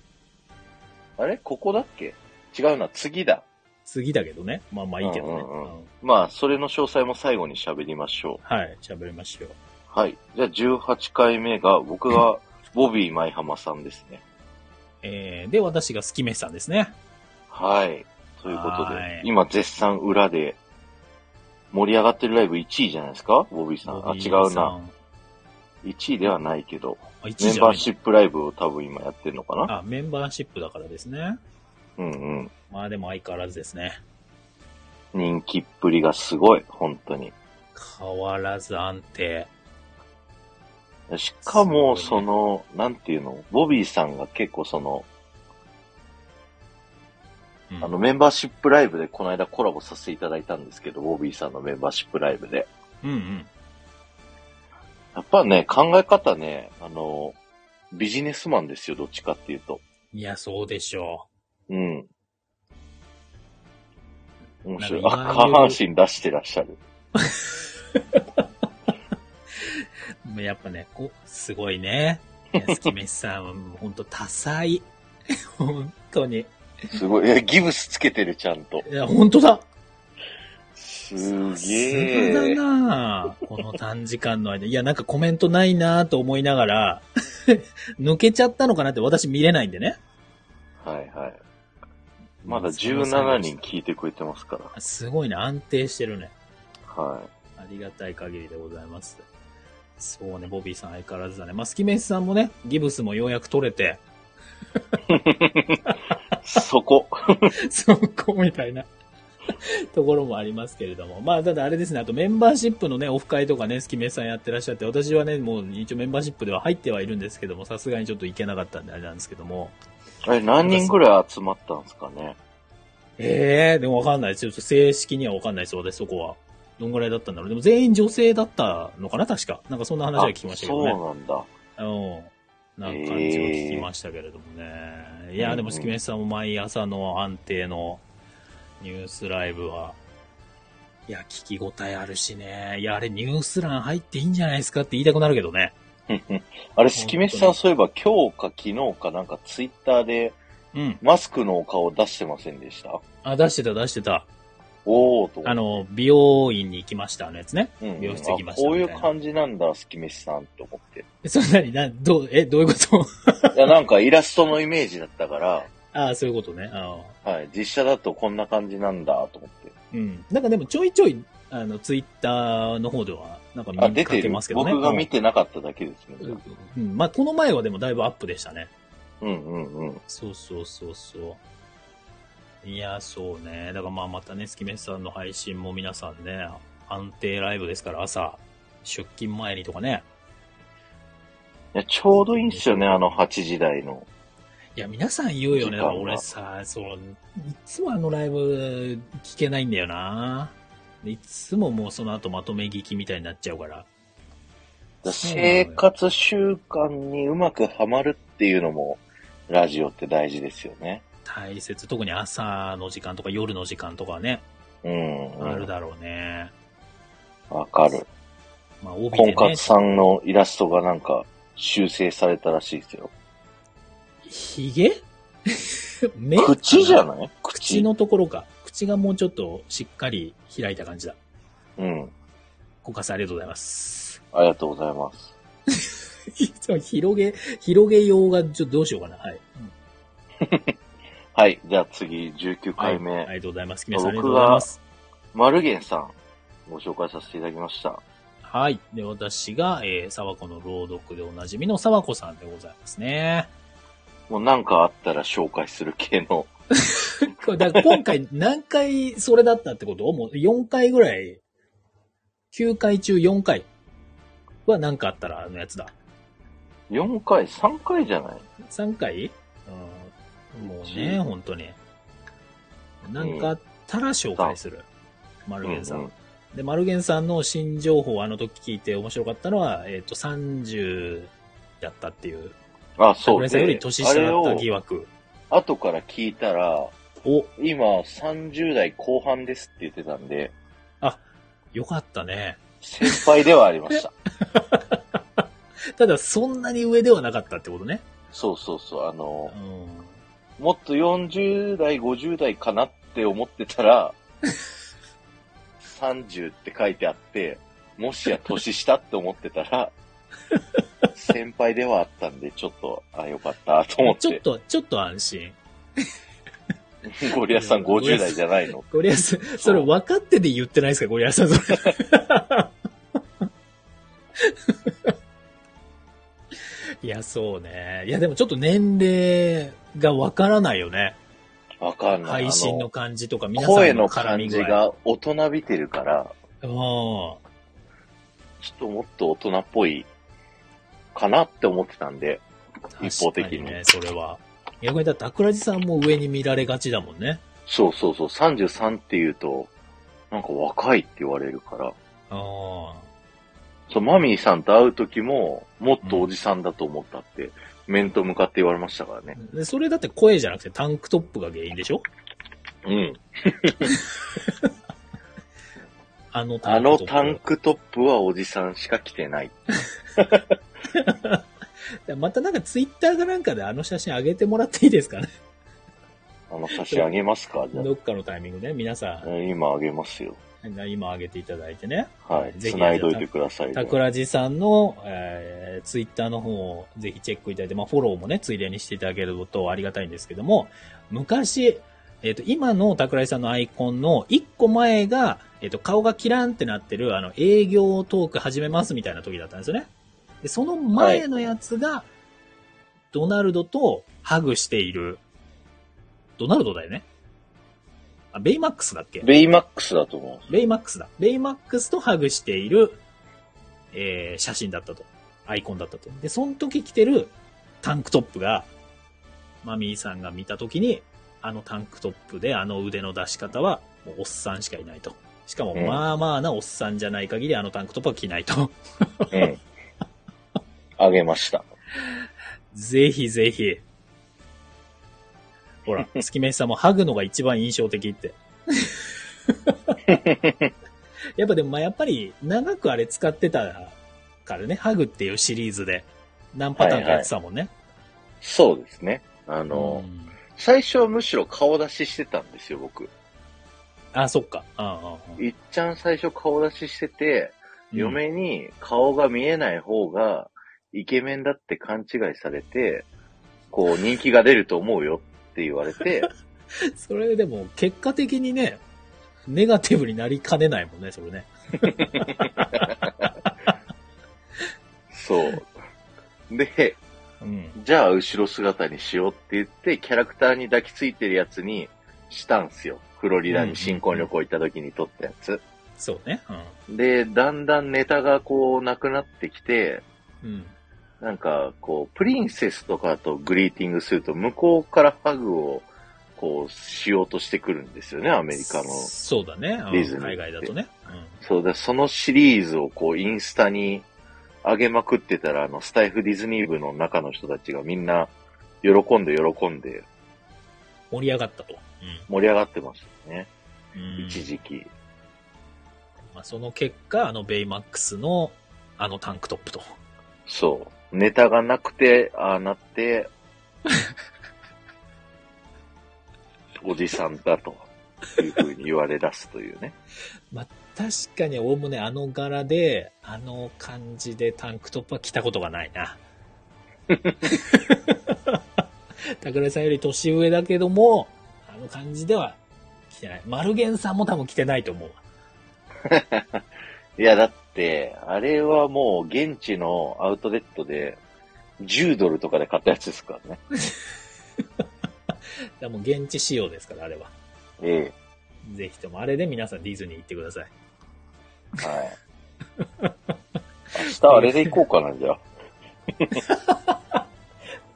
あれここだっけ違うな、次だ。次だけどね。まあまあいいけどね。うんうんうんうんまあ、それの詳細も最後に喋りましょはい、喋りましょう。う。はい。じゃあ18回目が、僕が、ボビー舞浜さんですね。えー、で、私が好き飯さんですね。はい。ということはいで、今絶賛裏で、盛り上がってるライブ1位じゃないですかボビーさん。あ、違うな。1位ではないけど、あ、1位メンじゃなバーいシップライブを多分今やってるのかなあ、メンバーシップだからですね。うんうん。まあでも相変わらずですね。人気っぷりがすごい、本当に。変わらず安定。しかも、すごそいねの、なんていうの、ボビーさんが結構その、うんあの、メンバーシップライブでこの間コラボさせていただいたんですけど、ボビーさんのメンバーシップライブで。うんうん。やっぱね、考え方ね、あの、ビジネスマンですよ、どっちかっていうと。いや、そうでしょうん。面白い。なんあ、か今下半身出してらっしゃる。う。もうやっぱね、こう、すごいね。いや、好き飯さんはもうほんと多彩。 本当に。いすごい。いや、ギブスつけてる、ちゃんと。や、本当だすすげがえ。だなあこの短時間の間。いや、なんかコメントないなあと思いながら、 抜けちゃったのかなって私見れないんでね。はいはい。まだ17人聞いてくれてますから。すごいね、安定してるね。はありがたい限りでございます。そうね、ボビーさん相変わらずだね。まあ、スキメイスさんもね、ギブスもようやく取れて、い。そこ。 そこみたいなところもありますけれども。まあ、ただあれですね、あとメンバーシップのね、オフ会とかね、スキメイスさんやってらっしゃって、私はね、もう一応メンバーシップでは入ってはいるんですけども、さすがにちょっと行けなかったんであれなんですけども。え、何人ぐらい集まったんですかね。ええー、でもわかんないですよ。ちょっと正式にはわかんないです、私そこは。どんぐらいだったんだろう。でも全員女性だったのかな確か。なんかそんな話は聞きましたけどね。そうなんだ。 うん。なんか感じを聞きましたけれどもね。いや、でも、うんうんスキメスさんも毎朝の安定のニュースライブは、いや、聞き応えあるしね。いや、あれニュース欄入っていいんじゃないですかって言いたくなるけどね。あれ、スキメシさん、そういえば今日か昨日かなんかツイッターでうん。マスクのお顔出してませんでしたあ、出してた、出してた。おーと。あ、の、美容院に行きましたのやつね。 うんうん美容室行きましたあこういみうたいな感じなんだ、スキメシさんって思って。えそんなにな、どう、え、どういうことい や、なんかイラストのイメージだったから、ああ、そういうことね。ああはい、実写だとこんな感じなんだ、と思って。うん。なんかでもちょいちょい、あの、ツイッターの方では、なんか見あ、か出てける。ますけどね。僕が見てなかっただけですね。うんうん、まあ、この前はでもだいぶアップでしたね。うんうんうん。そうそうそうそう。いや、そうね。だからまあまたね、スキメスさんの配信も皆さんね、安定ライブですから朝、出勤前にとかね。いや、ちょうどいいんすよね、あの8時台の。いや、皆さん言うよね。時間は俺さ、そう、いつもあのライブ聞けないんだよな。いつももうその後まとめ聞きみたいになっちゃうから。生活習慣にうまくはまるっていうのも、ラジオって大事ですよね。大切。特に朝の時間とか夜の時間とかはね、うん、あうるん。だろうね。わかる。まあ、帯で婚ね。活さんのイラストがなんか修正されたらしいですよ。ひ げ目口じゃない口。のところか。口がもうちょっとしっかり開いた感じだ。うん。コカさんありがとうございます。 ありがとうございます。広げ、広げようがちょっとどうしようかな。はい。はい。じゃあ次、19回目。はいありがとうございます。キメさんありが僕とうがございます。マルゲンさん、ご紹介させていただきました。はい。で、私が、えー、沢子の朗読でおなじみの沢子さんでございますね。もうなんかあったら紹介する系の。これだから今回何回それだったってこともう4回ぐらい。9回中4回。は何かあったらあのやつだ。 4回、3回じゃない3回うん。もうね、うん本当に。なんかあったら紹介する。マルゲンさん。うんで、マルゲンさんの新情報をあの時聞いて面白かったのは、えっ、と、30だったっていう。あ、そう桜井さんよりで、年あ下れだったを疑惑。後から聞いたら、お、今30代後半ですって言ってたんで、よかったね。先輩ではありま した。ただ、そんなに上ではなかったってことね。そうそうそう、あうの、ん。もっと40代、50代かなって思ってたら、30って書いてあって、もしや年下って思ってたら、先輩ではあったんで、ちょっと、あ、よかった、と思っ。ちょってと、ちょっと安心。ゴリアスさん50代じゃないの。ゴリアス、それ分かってて言ってないですか、ゴリアスさん、それ。 いや、そうね。いや、でもちょっと年齢が分からないよね。わかんない。配信のあ感じとか、の皆さ声んのの絡感みじ具合。が大人びてるから、うん。ちょっともっと大人っぽいかなって思ってたんで、一方的に確かね、それは。逆にだって、桜地さんも上に見られがちだもんね。そうそうそう、33って言うと、なんか若いって言われるから、うん。そう、マミーさんと会う時も、もっとおじさんだと思ったって、面と向かって言われましたからね。でそれだって声じゃなくてタンクトップが原因でしょうん。あのタあンクのトップ。タンクトップはおじさんしか着てない。またなんかツイッターかなんかであの写真上げてもらっていいですかねあの写真あげますかじゃどっかのタイミングで皆さあ。うん今あげますよ。ん、今上げていただいてね。はい。ぜひ繋いどいてくださいね。桜地さんの、えー、ツイッターの方をぜひチェックいただいて、まあフォローもね、ついでにしていただけるとありがたいんですけども、昔、えっ、と、今の桜井さんのアイコンの一個前が、えっ、と、顔がキランってなってる、あの、営業トーク始めますみたいな時だったんですよね。で、その前のやつが、ドナルドとハグしている、ドナルドだよね。あ、ベイマックスだっけベイマックスだと思ベイマックスだ。ベイマックスとハグしている、えー写真だったと。アイコンだったと。で、その時着てるタンクトップが、マミーさんが見た時に、あのタンクトップであの腕の出し方は、もうおっさんしかいないと。しかも、うんまあまあなおっさんじゃない限りあのタンクトップは着ないと。う。うん。あげました。ぜひぜひ。 ほら、月飯さんもハグのが一番印象的って。やっぱでも、まあやっぱり長くあれ使ってたからね、ハグっていうシリーズで何パターンかやってたもんね。そうですね。あの、うん最初はむしろ顔出ししてたんですよ、僕。あ、そっか。うんうんうんいっちゃん最初顔出ししてて、うん嫁に顔が見えない方がイケメンだって勘違いされて、こう人気が出ると思うよって言われ て、それでも結果的にね、ネガティブになりかねないもんね、それね。そう。で、うん。じゃあ後ろ姿にしようって言って、キャラクターに抱きついてるやつにしたんすよ。フロリダに新婚旅行行った時に撮ったやつ。そうね。で、だんだんネタがこうなくなってきて、うん。うん。なんか、こう、プリンセスとかとグリーティングすると、向こうからハグを、こう、しようとしてくるんですよね、アメリカの。そうだね。うんディズニー海外だとね。うん。そうだ、そのシリーズをこう、インスタに上げまくってたら、あの、スタイフディズニー部の中の人たちがみんな、喜んで喜んで盛り上がったと。盛り上がってましたね、うん。一時期。まあ、その結果、あのベイマックスのあのタンクトップと。そう。ネタがなくて、ああな って、おじさんだと、いう風に言われ出すというね。確かに、おおむねあの柄で、あの感じでタンクトップは着たことがないな。桜井さんより年上だけども、あの感じでは着てない。丸源さんも多分着てないと思うわ。いや、だって、あれはもう現地のアウトレットで10ドルとかで買ったやつですからね。だからもう現地仕様ですから、あれは。えぜ ひとも、あれで皆さんディズニー行ってください。え。はい。日あれで行こうかな、じゃあ。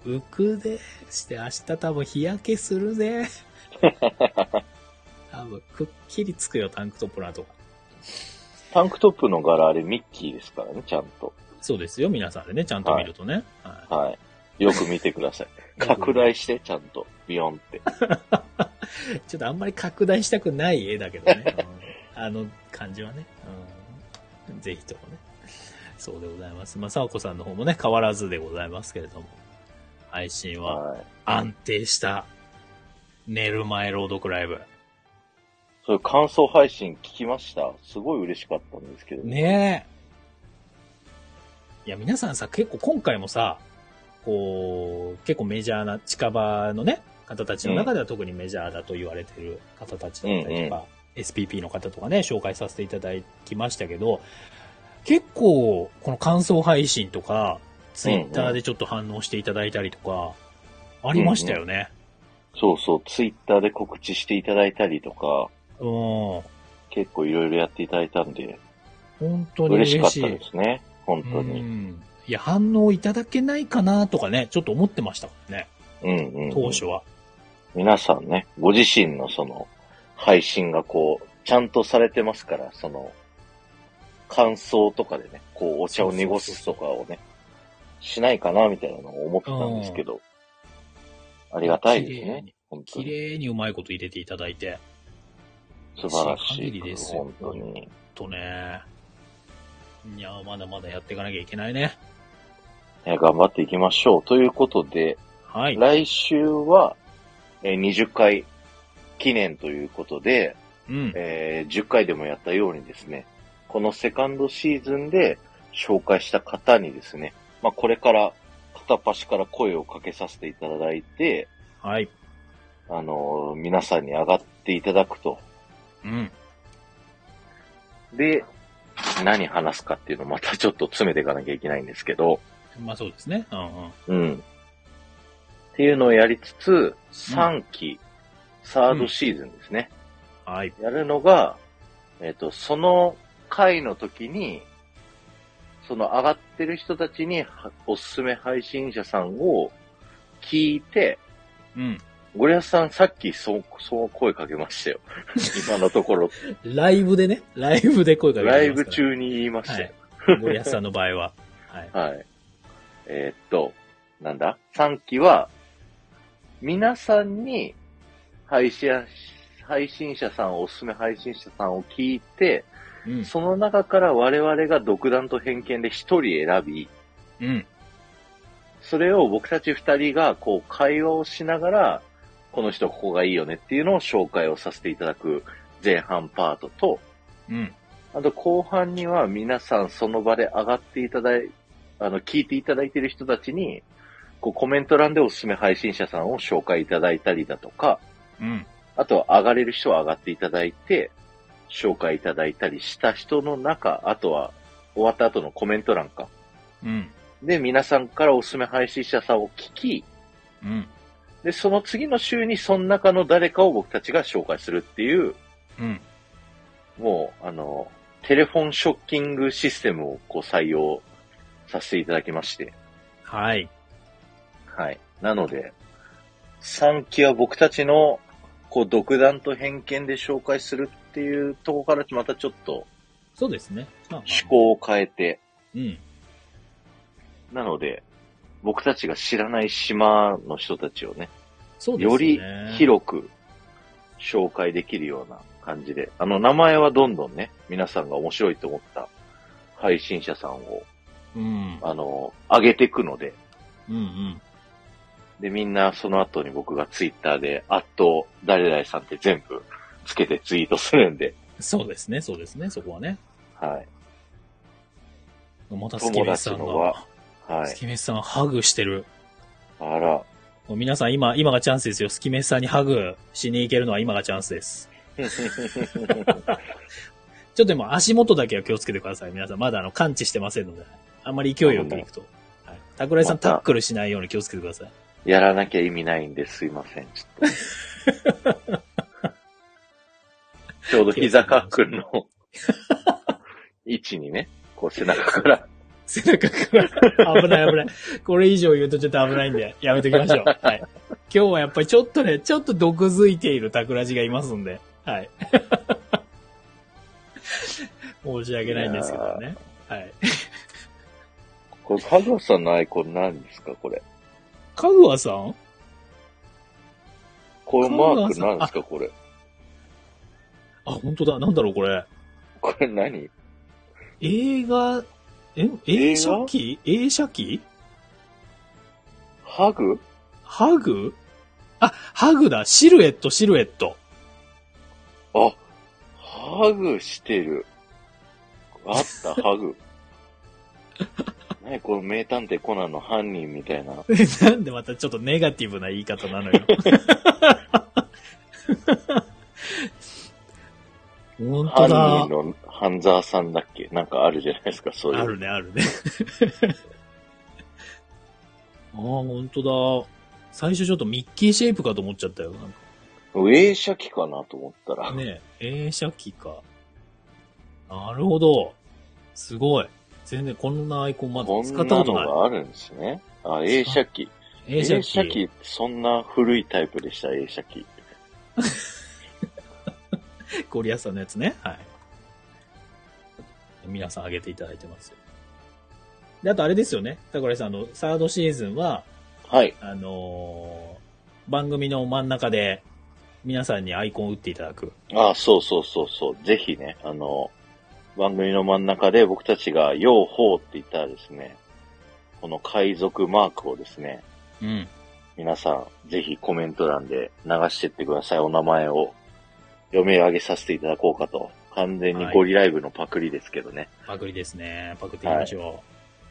浮くで、して明日多分日焼けする ぜ。多分くっきりつくよ、タンクトップの後が。タンクトップの柄あれミッキーですからね、ちゃんと。そうですよ、皆さんでね、ちゃんと見るとね。ははい。よく見てく ださい。い拡大して、ちゃんと。ビヨンって。ちょっとあんまり拡大したくない絵だけどね。うんあの感じはね、うん。ぜひともね。そうでございます。まあ、さおこさんの方もね、変わらずでございますけれども。配信ははい。安定した、寝る前朗読ライブ。そういう感想配信聞きました。すごい嬉しかったんですけど。。ねえ。いや、皆さんさ、結構今回もさ、こう、結構メジャーな近場のね、方たちの中では特にメジャーだと言われてる方たちだったりとか、SPP の方とかね、紹介させていただきましたけど、結構、この感想配信とか、ツイッターでちょっと反応していただいたりとか、ありましたよね。そうそう。ツイッターで告知していただいたりとか、うん。結構いろいろやっていただいたんで、本当に嬉嬉ししい。かったですね。本当うに。ん。いや、反応いただけないかなとかね、ちょっと思ってましたからね、うんうん、うん。当初は。皆さんね、ご自身のその、配信がこう、ちゃんとされてますから、その、感想とかでね、こう、お茶を濁すとかをね、しないかな、みたいなのを思ってたんですけど、ありがたいです綺麗ねに。本当綺に。麗にうまいこと入れていただいて、素晴らし限りい。ですよ本当に。とね。いや、まだまだやっていかなきゃいけないね。ね頑張っていきましょう。ということで、はい。来週は、えー20回記念ということで、うん。えー10回でもやったようにですね、このセカンドシーズンで紹介した方にですね、まあこれから片っ端から声をかけさせていただいて、はい。あのー皆さんに上がっていただくと。うん。で、何話すかっていうのをまたちょっと詰めていかなきゃいけないんですけど、まあそうですね。うんうん。うん。っていうのをやりつつ、3期、サードシーズンですね。はい。やるのが、えっ、と、その回の時に、その上がってる人たちにはおすすめ配信者さんを聞いて、うん。ゴリアスさんさっきそう、そう声かけま したよ。今のところ、ライブでね、ライブで声かけてライブます中に言いましたよ。から。森保さんの場合は。はい。はい。えーっと、なんだ ?3 期は、皆さんに配信者、配信者さん、おすすめ配信者さんを聞いて、うん。その中から我々が独断と偏見で一人選び、うん。それを僕たち二人がこう会話をしながら、この人ここがいいよねっていうのを紹介をさせていただく前半パートと、うん。あと後半には皆さんその場で上がっていただい、あの、聞いていただいている人たちに、こうコメント欄でおすすめ配信者さんを紹介いただいたりだとか、うん。あとは上がれる人は上がっていただいて、紹介いただいたりした人の中、あとは終わった後のコメント欄か。うん。で、皆さんからおすすめ配信者さんを聞き、うん。で、その次の週にその中の誰かを僕たちが紹介するっていう、うん。もう、あの、テレフォンショッキングシステムをこう採用させていただきまして。はい。はい。なので、3期は僕たちの、こう、独断と偏見で紹介するっていうところから、またちょっとそうですね。まあまあ趣。向を変えて、うん。なので、僕たちが知らない島の人たちをね、そうですよりね広く紹介できるような感じで、あの、名前はどんどんね、皆さんが面白いと思った配信者さんを、うん。あの、上げていくので、うんうん。で、みんなその後に僕がツイッターで、あっと、誰々さんって全部つけてツイートするんで、そうですね、そうですね、そこはね。はい。またスケベさん友達のがは、はスい。ケベさんハグしてる。あ ら、もう皆さん今、今がチャンスですよ。スキメさんにハグしに行けるのは今がチャンスです。ちょっとでも足元だけは気をつけてください。皆さん、まだあの、感知してませんので。あんまり勢いよく行くと。はい。桜井さん、またタックルしないように気をつけてください。やらなきゃ意味ないんですいません、ちょっと。ち ょうど膝かっくんの位置にね、こう背中から背中から。危ない危ない。これ以上言うとちょっと危ないんで、やめときましょう。はい。今日はやっぱりちょっとね、ちょっと毒づいている桜地がいますんで、はい。 申し訳ないんですけどね。はい。これ、かぐわさんのアイコン何ですかこれ。かぐわさんこのマーク香川さん何ですかこれ。あ、本当だ。なんだろう、これ。これ何映画、え映写機映写機ハグハグあ、ハグだ。シルエット、シルエット。 あ、ハグしてる。あった、ハ グ。何この名探偵コナンの犯人みたいな。なんでまたちょっとネガティブな言い方なのよ。 本当犯だ人。の半沢さんだっけなんかあるじゃないですか、そうあいう。るね、あるね。 ああ、本当だ。最初ちょっとミッキーシェイプかと思っちゃったよ。なん映写機かなと思ったらか。ね映写機か。なるほど。すごい。全然こんなアイコンまだこん使なったのことない。があるんですね。あ、映写機。映映写写機。機。そんな古いタイプでした、映写機。ゴリアスさんのやつね。はい。皆さん上げていただいてますよ。で、あとあれですよね。桜井さん、あの、サードシーズンは、はい。あのー番組の真ん中で、皆さんにアイコンを打っていただく。あ、そうそうそうそう。ぜひね、あの、番組の真ん中で僕たちが、用法って言ったらですね、この海賊マークをですね、うん。皆さん、ぜひコメント欄で流してってください。お名前を読み上げさせていただこうかと。完全にゴリライブのパクリですけどね。パクリですね。パクっていきましょ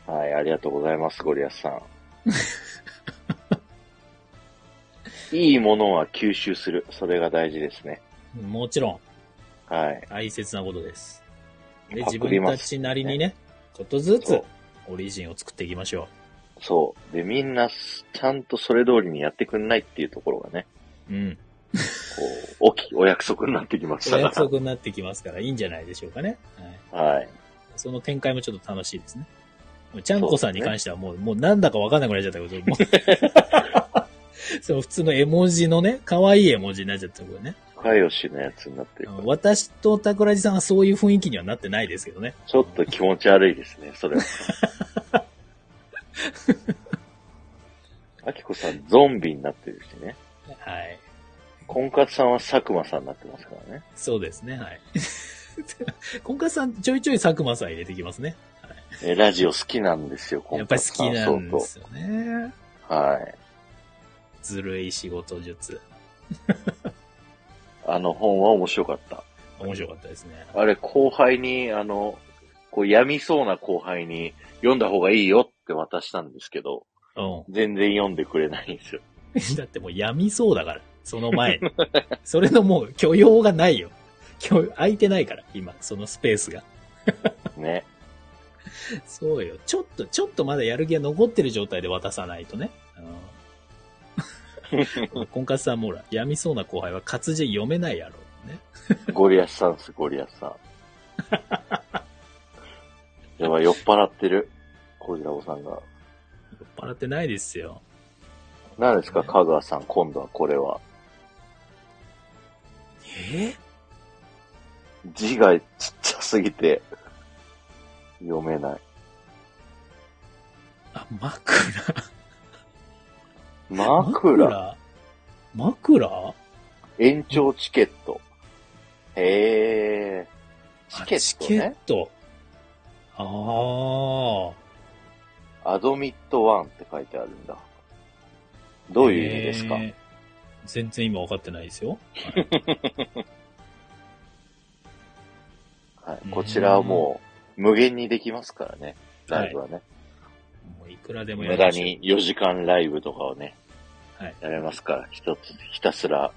はい、ありがとうございます、ゴリアスさ ん。いいものは吸収する。それが大事ですね。う。もちろん、はい。大切なことです。で、パ自クり分ますたちなりにね、ちょっとずそつう、オリジンを作っていきましょそう。で、みんなす、ちゃんとそれ通りにやってくんないっていうところがね、う。うん。こう、おき、お約束になってきましおた約か束になってきますから、いいんじゃないでしょうかね。はら。 はい。い。その展開もちょっと楽しいですね。ちゃんこさんに関してはもう、もうなんだかわかんなくなっちゃったけど、も うそう、普通の絵文字のね、可愛い絵文字になっちゃったけどね。深吉のやつになってるあからの私と桜地さんはそういう雰囲気にはなってないですけどね。ちょっと気持ち悪いですね、それは。 あきこさん、ゾンビになってるしね。はい。婚活さんは佐久間さんになってますからね。そうです ね、はい。 婚活さん、ちょいちょい佐久間さん入れてきますね。え、ラジオ好きなんですよ、や婚っぱり活好さきん。なんですよね。相当はい。ずるい仕事術。あの本は面白かった。面白かったですね。あれ、後輩に、あの、こう、病みそうな後輩に、読んだ方がいいよって渡したんですけど、うん。全然読んでくれないんです よ。だってもうやみそうだから、その 前に。それのもう許容がないよ。許空いてないから、今、そのスペースが。ね。そうよ。ちょっと、ちょっとまだやる気が残ってる状態で渡さないとね。うん。 婚活さんもほら、やみそうな後輩は活字読めないやろうね。ゴリアスさんです、ゴリアスさん。 やばい、酔っ払ってる。コジラボさんが。酔っ払ってないですよ。何ですか、香川さん、今度はこれは。え字がちっちゃすぎて、読めない。あ、枕。枕、枕枕延長チケット。へえ。チあケットね。チケット。ああ。アドミットワンって書いてあるんだ。どういう意味ですか、えー全然今分かってないですよ。はい、こちらはもう、無限にできますからね。ライブはね。もういくらでも無り駄ましょうに4時間ライブとかをね、はいやれますから、ひとつ、ひたすら、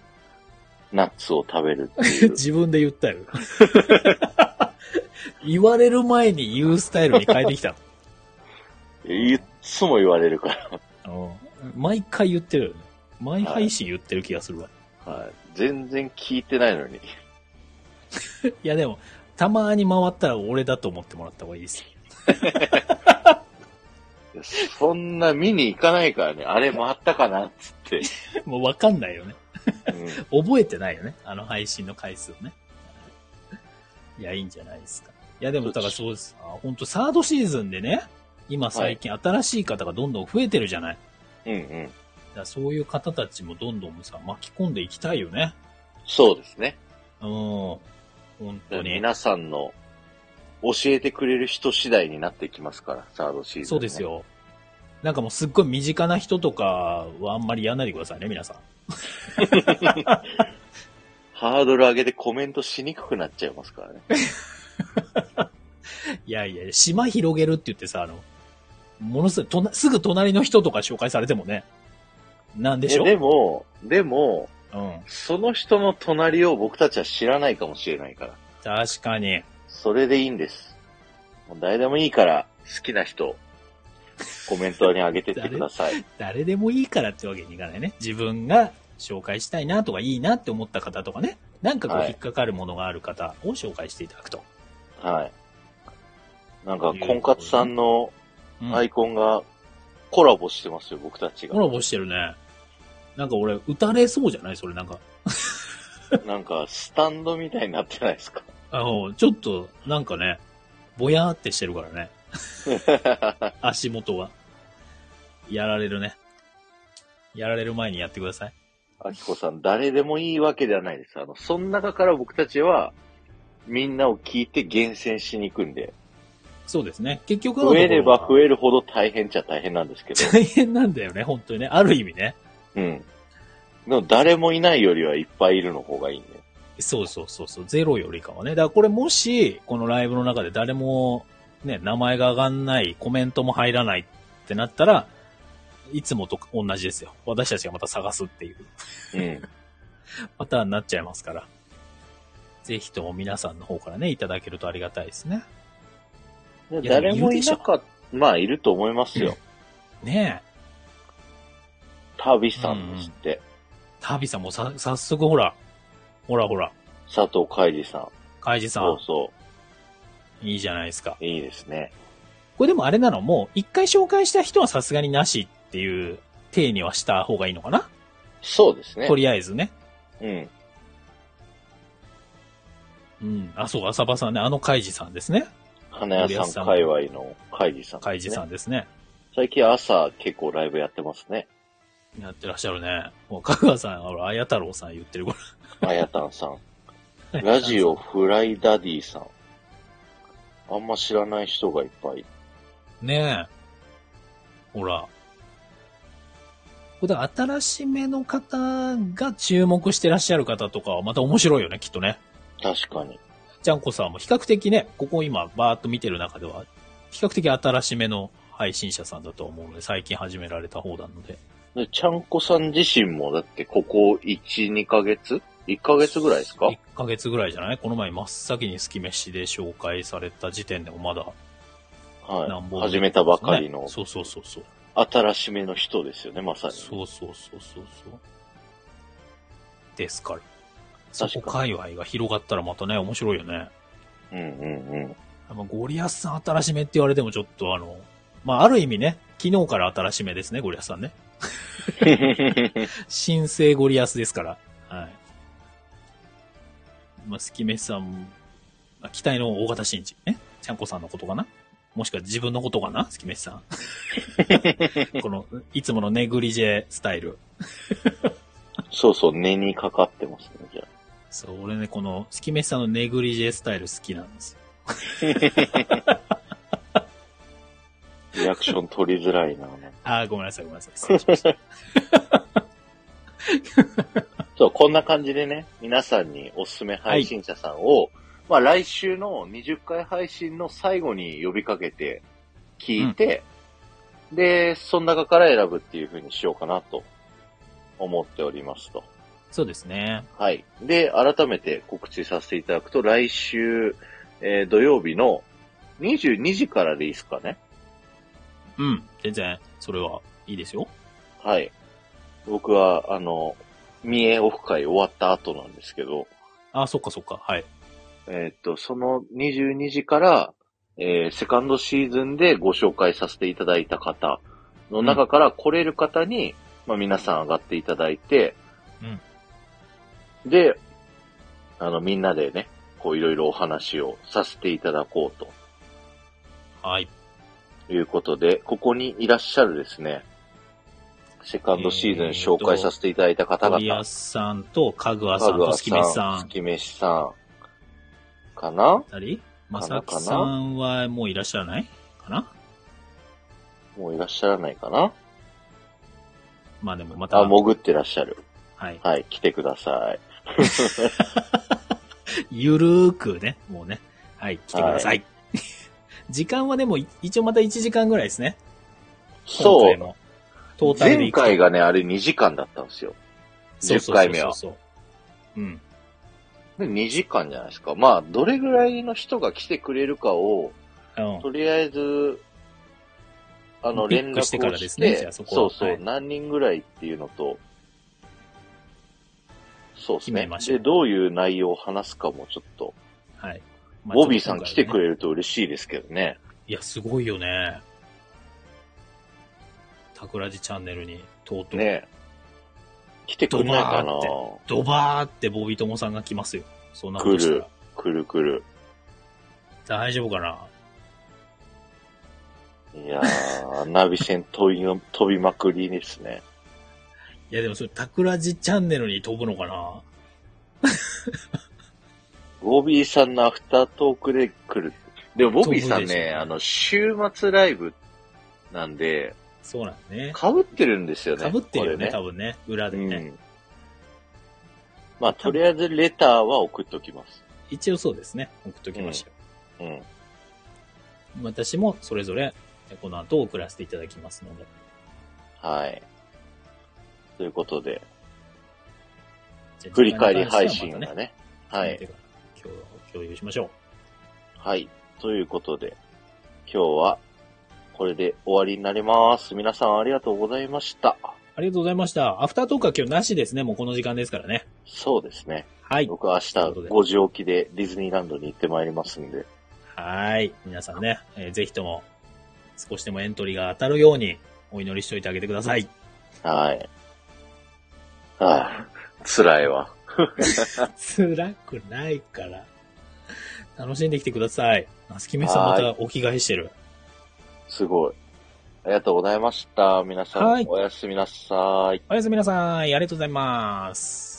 ナッツを食べるってい う。 自分で言ったよ。 言われる前に言うスタイルに変えてき た。いっつも言われるから。うん毎回言ってるよね。毎配信言ってる気がするわ。はい。全然聞いてないのに。いやでも、たまに回ったら俺だと思ってもらった方がいいですよ。そんな見に行かないからね、あれ回ったかなっつって。 もうわかんないよね。 うん覚えてないよね。あの配信の回数をね。 いや、いいんじゃないですか。いや、でも、だからそうです。あ本当サードシーズンでね、今最近新しい方がどんどん増えてるじゃない。うんうん。だからそういう方たちもどんどんさ、巻き込んでいきたいよね。そうですね。うん。本当に。皆さんの教えてくれる人次第になってきますから、サードシーズン、そうです。よ。なんかもうすっごい身近な人とかはあんまりやんないでくださいね、皆さん。ハードル上げてコメントしにくくなっちゃいますからね。いやいや、島広げるって言ってさ、あの、ものすごいとな、すぐ隣の人とか紹介されてもね、なんでしょえでも、でも、うん。その人の隣を僕たちは知らないかもしれないから。確かに。それでいいんです。もう誰でもいいから、好きな人、コメントに上げてってください。誰でもいいからってわけにいかないね。自分が紹介したいなとかいいなって思った方とかね、なんかこうはい引っかかるものがある方を紹介していただくと。はい。なんか、婚活さんのうんアイコンがコラボしてますよ、僕たちコが。ラボしてるね。なんか俺、打たれそうじゃないそれなんか。なんか、スタンドみたいになってないですかあの、ちょっと、なんかね、ぼやーってしてるか らね。足元が。やられるね。やられる前にやってください。あきこさん、誰でもいいわけではないです。あの、その中から僕たちは、みんなを聞いて厳選しに行くんで、そうですね。結局のとこ増ろはえれば増えるほど大変っちゃ大変なんですけど、 大変なんだよね、本当にね。ある意味ね。うん。でも誰もいないよりはいっぱいいるの方がいいね。そうそうそうそう、ゼロよりかはね。だからこれもし、このライブの中で誰も、ね、名前が上がんない、コメントも入らないってなったら、いつもと同じですよ。私たちがまた探すっていううん。パターンになっちゃいますから。ぜひとも皆さんの方からね、いただけるとありがたいですね。でいや誰もいなかった、まあいると思いますよ。ねえ。旅さんですって、タビさんもさ、早速ほら、ほらほら、佐藤海二さん。カイジさ、そうんそいいじゃないですか。う。いいですね。これでもあれなの、もう一回紹介した人はさすがになしっていう、体にはした方がいいのかな、そうですねと。りあえずね。うん。うん。あ、そう、浅場さんね。あのカイジさんですね。花屋さん界隈の海二さん、カイジさん。んですね。最近朝結構ライブやってます ね。やってらっしゃるね。もう、香川さん、ほら、綾太郎さん言ってる、こあやたんさん。れ。ラジオ。フライダディさん。あんま知らない人がいっぱい。ねえ。ほら。これだから新しめの方が注目してらっしゃる方とかはまた面白いよね、きっとね。確かに。ちゃんこさんも比較的ね、ここ今バーっと見てる中では、比較的新しめの配信者さんだと思うので、最近始められた方なので。で、ちゃんこさん自身もだってここ1、2ヶ月 ?1 ヶ月ぐらいですか1ヶ月ぐらいじゃないこの前真っ先に好き飯で紹介された時点でもまだ、なんはい。ぼ始めたばかりのねそうそうそうそう。新しめの人ですよね、まさに。そうそうそうそうそう。ですから。そ確かにこ界隈が広がったらまたね、面白いよね。うんうんうん。 まあゴリアスさん新しめって言われてもちょっとあの、まあ、ある意味ね、昨日から新しめですね、ゴリアスさんね。新生ゴリアスですから。はい。まあ、スキメさん、まあ、期待の大型新人ね。ちゃんこさんのことかなもしくは自分のことかなスキメさ ん。この、いつものネグリジェスタイル。そうそう、根にかかってますね、じゃあ。そう、俺ね、この、スキメさんのネグリジェスタイル好きなんですよ。リアクション取りづらいな。なんかあーごめんなさい、ごめんなさい。失礼しました。そう、こんな感じでね、皆さんにおすすめ配信者さんを、まあ来週の20回配信の最後に呼びかけて聞いて、で、その中から選ぶっていう風にしようかなと思っておりますと。そうですね。はい。で、改めて告知させていただくと、来週、えー土曜日の22時からでいいですかね。うん。全然、それはいいですよ。はい。僕は、あの、三重オフ会終わった後なんですけど、あーそっかそっか。はい。えーっと、その22時から、えーセカンドシーズンでご紹介させていただいた方の中から来れる方に、まあ皆さん上がっていただいて、で、あの、みんなでね、こういろいろお話をさせていただこうとはい。ということで、ここにいらっしゃるですね、セカンドシーズン紹介させていただいた方々。鳥安さんと、かぐわさんと、月飯さん。月飯さん。かなあたりまかなさきさんはもういらっしゃらないかなもういらっしゃらないかなまあでもまた、あ、潜ってらっしゃる。はい。はい、来てください。ゆるーくね、もうね。はい、来てください。は時間はでも、い一応また1時間ぐらいですね。今そ回う。も。トータルで前いくと回がね、あれ2時間だったんですよ。そうそうそうそう10回目はそう。うん。で2時間じゃないですか。まあ、どれぐらいの人が来てくれるかを、うんとりあえず、あの、ピ連ッ絡をクししててからですねじゃあそこそはうそう、はい何人ぐらいっていうのと、そうです決めねま。しょうで、どういう内容を話すかもちょっと、はい。まあボビーさん来てくちょっと今回はねれると嬉しいですけどね。いや、すごいよね。タクラジチャンネルに、とうとう、ね来てくんないかなドバドバーってボビーともさんが来ますよ。そんなことしたら来るくるくる。大丈夫かないやー、ナビ戦飛びの、飛びまくりですね。いや、でもそれ、タクラジチャンネルに飛ぶのかなボビーさんのアフタートークで来る。でも、ボビーさん飛ぶでしょうねね、あの、週末ライブなんで、そうなんですね。被ってるんですよね。かぶってるよね、こ多分ね。裏でれね。うね。ん。まあ、とりあえずレターは送っときます。一応そうですね。送っときましたよ。うん。私もそれぞれ、この後送らせていただきますので。はい。ということで、じゃあ振り返り配信時間にが関ね。してはまたはい。見てから今日、共有しましょう。はい。ということで、今日はこれで終わりになります。皆さんありがとうございました。ありがとうございました。アフタートークは今日なしですね。もうこの時間ですからね。そうですね。はい。僕は明日ということで5時起きでディズニーランドに行ってまいりますんで。はい。皆さんね、えーぜひとも、少しでもエントリーが当たるように、お祈りしといてあげてください。はい。ああ、辛いわ。辛くないから。楽しんできてください。あ、スキメさんまたお着替えしてる。すごい。ありがとうございました。皆さん、はいおやすみなさい。おやすみなさい。ありがとうございます。